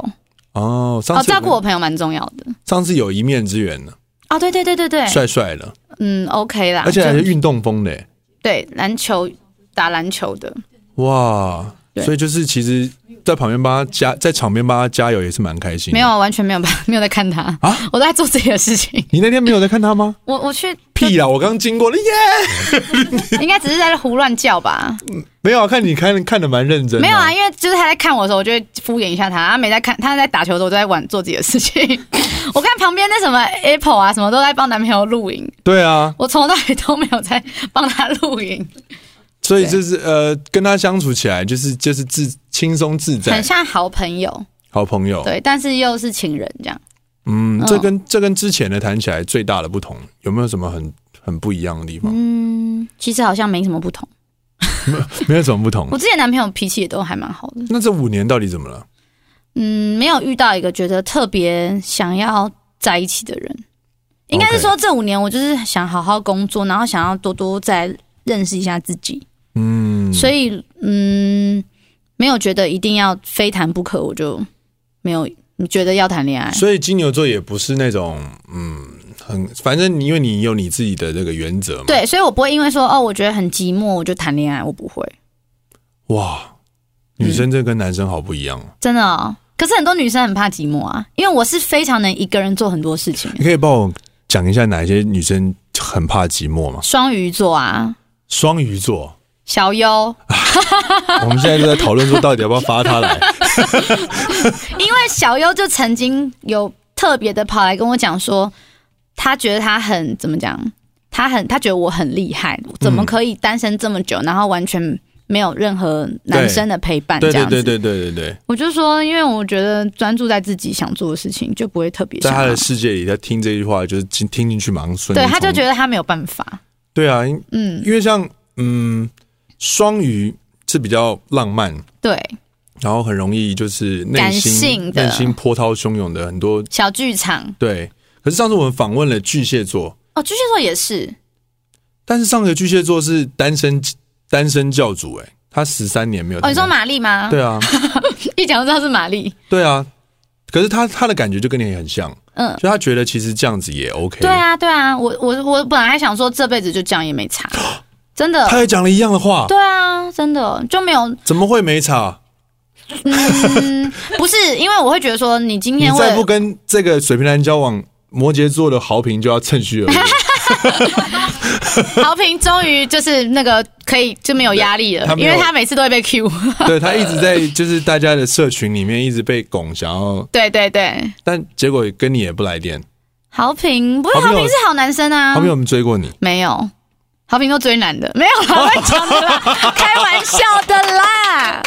S1: 哦。上
S2: 哦，
S1: 次有
S2: 照顾我朋友蛮重要的，
S1: 上次有一面之缘呢，
S2: 哦，对对对对对，
S1: 帅帅的，
S2: 嗯，OK 啦，
S1: 而且还
S2: 就是
S1: 运动风的耶，
S2: 对篮球打篮球的，
S1: 哇，
S2: 对
S1: 所以就是其实，在旁边帮他加，在场边帮他加油也是蛮开心。
S2: 没有，，啊完全没有吧， 没有在看他
S1: 啊
S2: 我都在做自己的事情。
S1: 你那天没有在看他 吗？
S2: 我我去，
S1: 屁啦，我刚经 过了耶，
S2: 应该只是在这胡乱叫吧？
S1: 没有啊，看你看看的蛮认真。
S2: 没有啊，，因为就是他在看我的时候，我就会敷衍一下他。他没在看，他在打球的时候，我都在玩做自己的事 情。我看旁边那什么 Apple 啊，什么都在帮男朋友录影，
S1: 对啊，
S2: 我从头到尾都没有在帮他录影，
S1: 所以就是呃，跟他相处起来就是就是自轻松自
S2: 很
S1: 在，哦
S2: 像好朋友，
S1: 好朋友。
S2: 对，但是又是情人这样。
S1: 嗯，
S2: 嗯
S1: 这跟这跟之前的谈起来最大的不同，有没有什么很很不一样的地方？
S2: 嗯，其实好像没什么不同。
S1: 没有什么不同
S2: 我。之前男朋友脾气也都还蛮好的，
S1: 那这五年到底怎么了？
S2: 嗯，没有遇到一个觉得特别想要在一起的人。应该是
S1: OK
S2: 说这五年我就是想好好工作，然后想要多多再认识一下自己。
S1: 嗯，
S2: 所以嗯，没有觉得一定要非谈不可，我就没有你觉得要谈恋爱，
S1: 所以金牛座也不是那种嗯很，反正你因为你有你自己的这个原则嘛。，
S2: 对，所以我不会因为说哦，我觉得很寂寞，我就谈恋爱，我不会，
S1: 哇，女生这跟男生好不一样、哦。
S2: 真的哦。可是很多女生很怕寂寞啊，因为我是非常能一个人做很多事情，
S1: 你可以帮我讲一下哪些女生很怕寂寞吗？
S2: 双鱼座啊，
S1: 双鱼 座，
S2: 小优，
S1: 我们现在就在讨论说到底要不要发他来。
S2: 因为小优就曾经有特别的跑来跟我讲说，他觉得他很怎么讲，他很他觉得我很厉害，怎么可以单身这么久，然后完全没有任何男生的陪 伴这
S1: 对对
S2: 样子？
S1: 对对对对对，
S2: 我就说，因为我觉得专注在自己想做的事情，就不会特别
S1: 在
S2: 想
S1: 他
S2: 要
S1: 的。世界里，他听这句话就是听听进去盲顺。
S2: 对，他就觉
S1: 得
S2: 得他没有办法。
S1: 对啊，因
S2: 嗯，
S1: 因为像嗯双鱼是比较浪漫，
S2: 对，
S1: 然后很容易就是内
S2: 感
S1: 心
S2: 性的
S1: 内心波涛汹涌的很多
S2: 小剧场
S1: 对。可是上次我们访问了巨蟹座，
S2: 哦，巨蟹座也是，
S1: 但是上个巨蟹座是单身单身教主、欸，他十三年没有
S2: 哦，
S1: 谈
S2: 你
S1: 恋
S2: 说
S1: 爱。
S2: 玛丽吗？
S1: 对啊，
S2: 一讲就知道是玛丽。
S1: 对啊。可是他他的感觉就跟你很像，
S2: 嗯，
S1: 就他觉得其实这样子也 OK。
S2: 对，啊，对啊，我我我本来还想说这辈子就这样也没差，真的。
S1: 他也讲了一样的话，
S2: 对啊，真的就没有，
S1: 怎么会没差？
S2: 嗯，不是因为我会觉得说你今
S1: 你
S2: 天为
S1: 再不跟这个水瓶男交往，摩羯座的豪平就要趁虚而入。
S2: 豪平终于就是那个可以就没有压力
S1: 他
S2: 了，
S1: 没
S2: 因
S1: 有
S2: 为他每次都会被 Q。
S1: 对他一直在就是大家的社群里面一直被拱，想要，
S2: 对对对，
S1: 但结果跟你也不来电。
S2: 豪平不是
S1: 豪
S2: 豪
S1: 平有
S2: 平是好男生啊
S1: 他，没有追过你，
S2: 没有，豪平都追男的，没有啦，乱讲的啦，开玩笑的啦，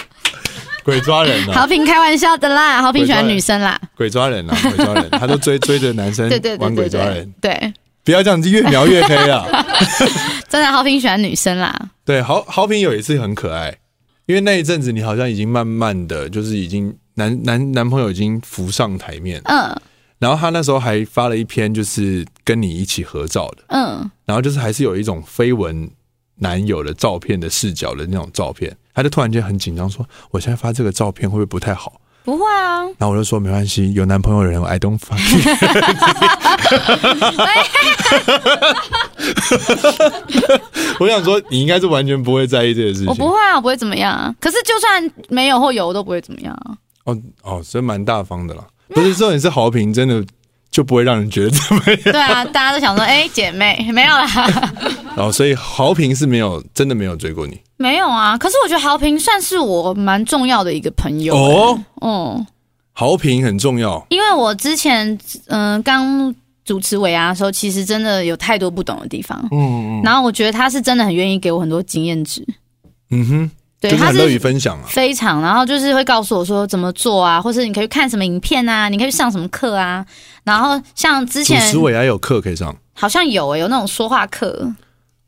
S1: 鬼抓人啊
S2: 豪！平开玩笑的啦，豪平喜欢女生啦，
S1: 鬼抓 人啊！鬼抓人，他都追追着男生
S2: 对对对
S1: 玩鬼
S2: 对
S1: 抓
S2: 对
S1: 人，
S2: 对，
S1: 不要这样子，越描越黑 啊！
S2: 真的豪平喜欢女生啦，
S1: 对，豪豪平有一次很可爱，因为那一阵子你好像已经慢慢的就是已经男男男朋友已经浮上台面，
S2: 嗯
S1: 然后他那时候还发了一篇就是跟你一起合照的，
S2: 嗯，
S1: 然后就是还是有一种绯闻男友的照片的视角的那种照片，他就突然间很紧张说：“我现在发这个照片会不会不太好
S2: 不会啊，？”
S1: 然后我就说：“没关系，有男朋友的人，I don't fuck。”我想说，你应该是完全不会在意这个事
S2: 我
S1: 情
S2: 不。会啊，我不会怎么样啊。可是就算没有或有，我都不会怎么样啊。
S1: 哦哦，真蛮大方的啦。不是，重点是好评真的就不会让人觉得 怎么样。
S2: 对啊，大家都想说，哎、姐妹没有啦，
S1: 哦，所以好评是没有真的没有追过你
S2: 没有啊。可是我觉得豪平算是我蛮重要的一个朋友、欸
S1: 哦。
S2: 嗯，
S1: 好评很重要，
S2: 因为我之前嗯、呃刚主持尾牙的时候，其实真的有太多不懂的地方。嗯嗯。然后我觉得他是真的很愿意给我很多经验值，
S1: 嗯哼，
S2: 对，
S1: 就是
S2: 他
S1: 很乐于
S2: 是。
S1: 分享啊。
S2: 非常，然后就是会告诉我说怎么做啊，或是你可以看什么影片啊，你可以去上什么课啊。然后像之
S1: 主
S2: 前
S1: 持尾牙有课可以上，
S2: 好像有欸诶、有那种说话课，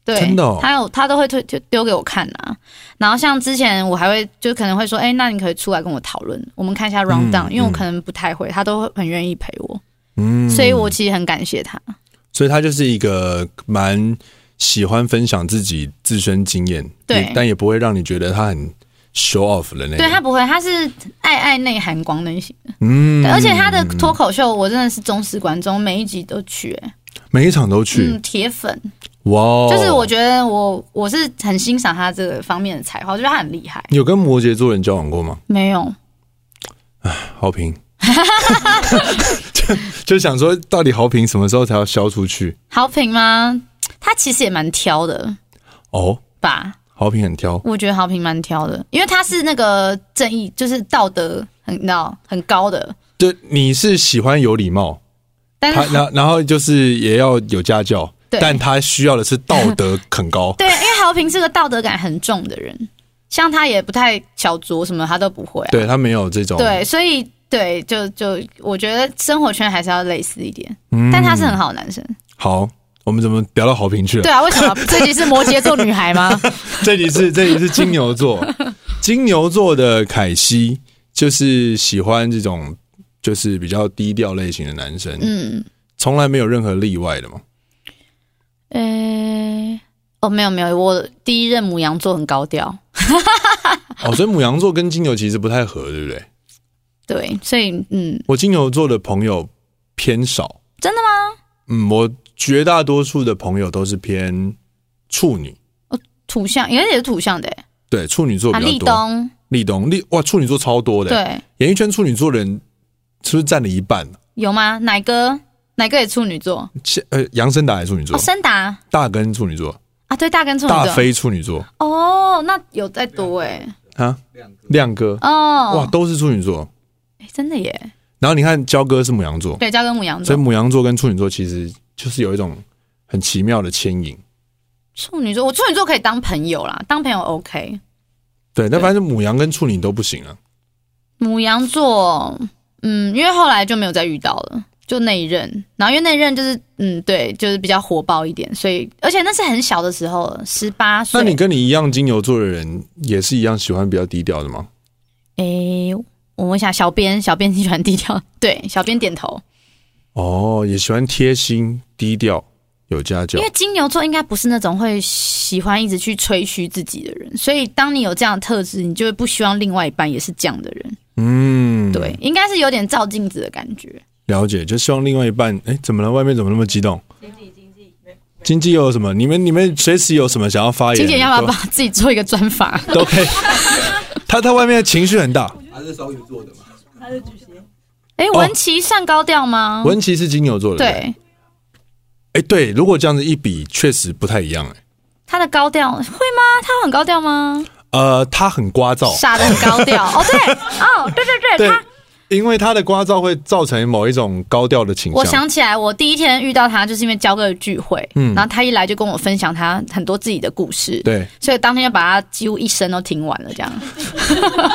S2: 对，
S1: 真的哦
S2: 他有他都会推就丢给我看啊。然后像之前我还会就可能会说，哎、那你可以出来跟我讨论，我们看一下 round down，、
S1: 嗯
S2: 因为我可能不太会，他都会很愿意陪我，
S1: 嗯，
S2: 所以我其实很感谢他。
S1: 所以他就是一个蛮喜欢分享自己自身经验，
S2: 对
S1: 也但也不会让你觉得他很 show off 的那种。
S2: 对他不会，他是爱爱内涵光那型的，
S1: 嗯
S2: 对而且他的脱口秀我真的是忠实观众，每一集都去、欸，
S1: 每一场都去
S2: 嗯，铁粉，
S1: 哇哦，
S2: 就是我觉得我我是很欣赏他这个方面的才华，我觉得他很厉害。
S1: 你有跟摩羯座人交往过吗？
S2: 没有，
S1: 好 评， 就就想说，到底好评什么时候才要消出去？
S2: 好评吗？他其实也蛮挑的
S1: 哦，
S2: 吧？
S1: 好评很挑，
S2: 我觉得好评蛮挑的，因为他是那个正义，就是道德很你知道很高的，
S1: 对，你是喜欢有礼貌，
S2: 但
S1: 他
S2: 是
S1: 然然后就是也要有家教，
S2: 对。
S1: 但他需要的是道德很高
S2: 对，因为好评是个道德感很重的人，像他也不太小酌什么，他都不会啊。
S1: 对哦他没有这种，
S2: 对，所以对，就就我觉得生活圈还是要类似一点，
S1: 嗯
S2: 但他是很好的男生。
S1: 好，我们怎么聊到好评去了？
S2: 对啊，为什么这集是摩羯座女孩吗？
S1: 这里 是这里是金牛座，金牛座的凯西就是喜欢这种就是比较低调类型的男生，
S2: 嗯，
S1: 从来没有任何例外的嘛。
S2: 呃、哦，没有没有，我第一任母羊座很高调，
S1: 哦，所以母羊座跟金牛其实不太合，对不对？
S2: 对，所以嗯，
S1: 我金牛座的朋友偏少，
S2: 真的
S1: 吗？嗯，我绝大多数的朋友都是偏处女，
S2: 土象，因为也是土象的、欸，
S1: 对，处女座
S2: 啊，
S1: 比
S2: 立
S1: 较多。
S2: 冬，
S1: 立冬，立哇，处女座超多的，，
S2: 对，
S1: 演艺圈处女座的人是不是占了一半？啊
S2: 有吗？奶哥，奶哥也处女座，
S1: 切呃，杨森达也处女座，
S2: 哦，森达
S1: 大根处女座，
S2: 啊，对，大根处女
S1: 大
S2: 座，
S1: 飞处女座
S2: 哦，那有在多哎，
S1: 啊，亮哥，
S2: 哦，
S1: 哇，都是处女座。
S2: 诶真的耶，
S1: 然后你看焦哥是母羊座，
S2: 对，交跟母羊
S1: 所
S2: 座
S1: 以，母羊座跟处女座其实就是有一种很奇妙的牵引。
S2: 处女座，我处女座可以当朋友啦，当朋友 OK，
S1: 对，但反正母羊跟处女都不行啊。
S2: 母羊座，嗯，因为后来就没有再遇到了。就那一任，然后因为那一任就是，嗯，对，就是比较火爆一点，所以而且那是很小的时候了，十八岁。
S1: 那你跟你一样金牛座的人，也是一样喜欢比较低调的吗？
S2: 诶、我问一下，小编，小编你喜欢低调？对，小编点头，
S1: 哦，也喜欢贴心、低调、有家教
S2: 因为。金牛座应该不是那种会喜欢一直去吹嘘自己的人，所以当你有这样的特质，你就会不希望另外一半也是这样的人。
S1: 嗯，
S2: 对，，应该是有点照镜子的感觉。
S1: 了解。就希望另外一半，哎，怎么了？外面怎么那么激动？
S4: 经济经济，没
S1: 经济又有什么？你们你们随时有什么想要发言？
S2: 金姐要不要
S1: 都
S2: 把自己做一个专访？
S1: 都可以。 他他外面的情绪很大。
S5: 他是双鱼座的嘛？
S4: 他是巨蟹，
S2: 诶，文琪算高调吗？
S1: 文琪是金牛座的，不。
S2: 对，
S1: 哎，对，如果这样子一比，确实不太一样。哎，
S2: 他的高调会吗？他很高调吗？
S1: 呃，他很聒噪，
S2: 傻的很高调。 哦，对，哦，对对对，
S1: 对
S2: 他。，
S1: 因为他的聒噪会造成某一种高调的倾向。
S2: 我想起来，我第一天遇到他，就是因为交个聚会，
S1: 嗯
S2: 然后他一来就跟我分享他很多自己的故事，
S1: 对，
S2: 所以当天就把他几乎一生都听完了，这样。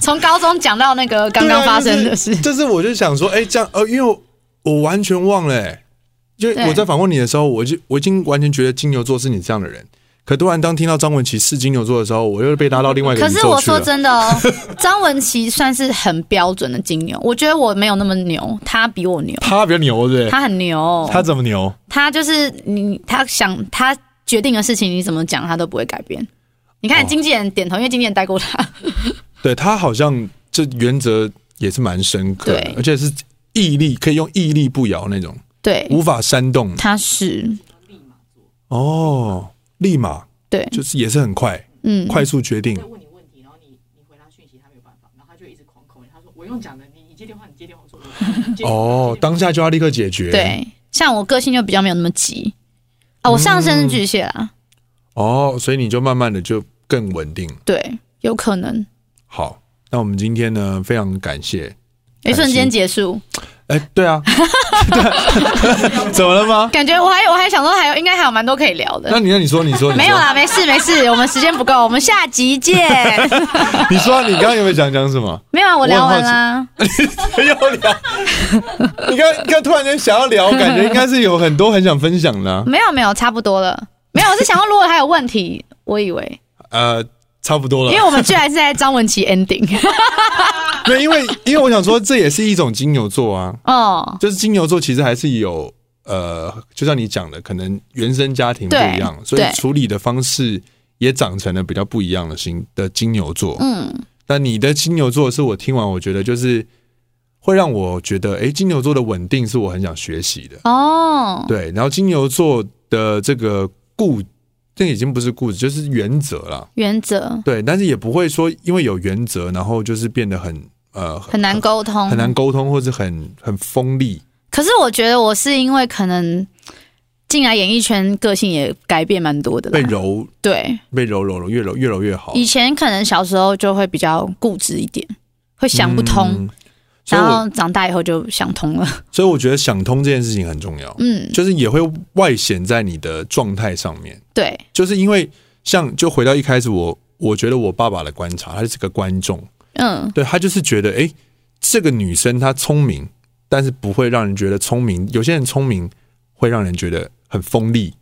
S2: 从高中讲到那个刚刚发生的事，
S1: 对啊就是就是我就想说，哎、这样呃，因为我我完全忘了、哎，就
S2: 对
S1: 我在访问你的时候，我就我已经完全觉得金牛座是你这样的人。可突然当听到张文琪是金牛座的时候，我又被拉到另外一个
S2: 可
S1: 宇宙
S2: 是
S1: 去了。
S2: 我说真的哦，张文琪算是很标准的金牛，我觉得我没有那么牛，他比我牛，
S1: 他比较牛，对不对？
S2: 他很牛，
S1: 他怎么牛？
S2: 他就是你，他想他决定的事情，你怎么讲他都不会改变。你看
S1: 哦
S2: 经纪人点头，因为经纪人带过 他，
S1: 对他好像这原则也是蛮深刻的
S2: 对，
S1: 而且是毅力，可以用毅力不摇那种，
S2: 对，
S1: 无法煽动。
S2: 他是
S4: 立马做。
S1: 哦，立马
S2: 对，
S1: 就是也是很快，
S2: 嗯，
S1: 快速决定
S4: 在。问你问题，然后你你回他讯息，他没有办法，然后他就一直狂扣你。他说我用讲的，你你接电话，你接电话，我说我接
S1: 哦，当下就要立刻解决。，
S2: 对，像我个性就比较没有那么急啊、
S1: 嗯
S2: 我上身是巨蟹啊啦，
S1: 哦，所以你就慢慢的就更稳定。
S2: 对，有可能。
S1: 好，那我们今天呢，非常感谢。
S2: 一瞬间结束，
S1: 哎、对啊，怎么了吗？
S2: 感觉我还我还想说还有应该还有蛮多可以聊
S1: 那
S2: 的，
S1: 你那你说你说你说
S2: 没有，啦，没事没事，我们时间不够，我们下集见。
S1: 你说啊你刚刚有没有想讲什么？
S2: 没有啊，我聊完啦，
S1: 没有聊，你刚刚突然间想要聊，感觉应该是有很多很想分享的啊、
S2: 没有没有，差不多了，没有，我是想要如果还有问题，我以为。
S1: 呃，差不 多了
S2: 因为，我们居然是在张文琪 ending
S1: 对，因为因为我想说，这也是一种金牛座啊，
S2: 哦，
S1: 就是金牛座其实还是有呃，就像你讲的，可能原生家庭不
S2: 对
S1: 一样，所以
S2: 对
S1: 处理的方式也长成了比较不一样的新的金牛座。
S2: 嗯，
S1: 但你的金牛座是我听完，我觉得就是会让我觉得，诶，金牛座的稳定是我很想学习的。
S2: 哦，
S1: 对，然后金牛座的这个固，这已经不是固执，就是原则啦。
S2: 原则
S1: 对，但是也不会说因为有原则，然后就是变得很呃
S2: 很难沟通，
S1: 很难沟通，或是很很锋利。
S2: 可是我觉得我是因为可能进来演艺圈，个性也改变蛮多的啦
S1: 被哦揉
S2: 对，
S1: 被揉揉揉，越揉越揉越好。
S2: 以前可能小时候就会比较固执一点，会想不通，
S1: 嗯所以
S2: 然
S1: 我
S2: 后长大以后就想通了。
S1: 所以我觉得想通这件事情很重要，
S2: 嗯，
S1: 就是也会外显在你的状态上面。
S2: 对，
S1: 就是因为像就回到一开始我，我觉得我爸爸的观察，他是个观众，
S2: 嗯，
S1: 对他就是觉得，诶，这个女生她聪明，但是不会让人觉得聪明。有些人聪明会让人觉得很锋利，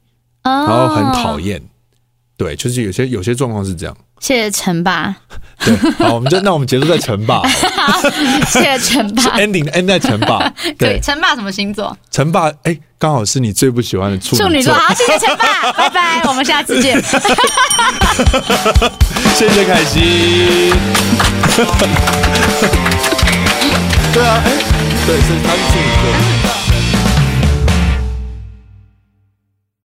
S2: 然
S1: 然后很讨。厌。对，就是有些有些状况是这样。
S2: 谢谢陈爸，
S1: 对，好，我们就那我们结束在陈爸
S2: 谢谢陈爸。
S1: ，ending end 在陈 爸。
S2: 对，
S1: 对，
S2: 陈爸什么星座？
S1: 陈爸，诶，刚好是你最不喜欢的处
S2: 处女
S1: 女
S2: 座。好，谢谢陈爸，拜拜，我们下次见。
S1: 谢谢凯 西。对啊，哎、对，是他是处女座。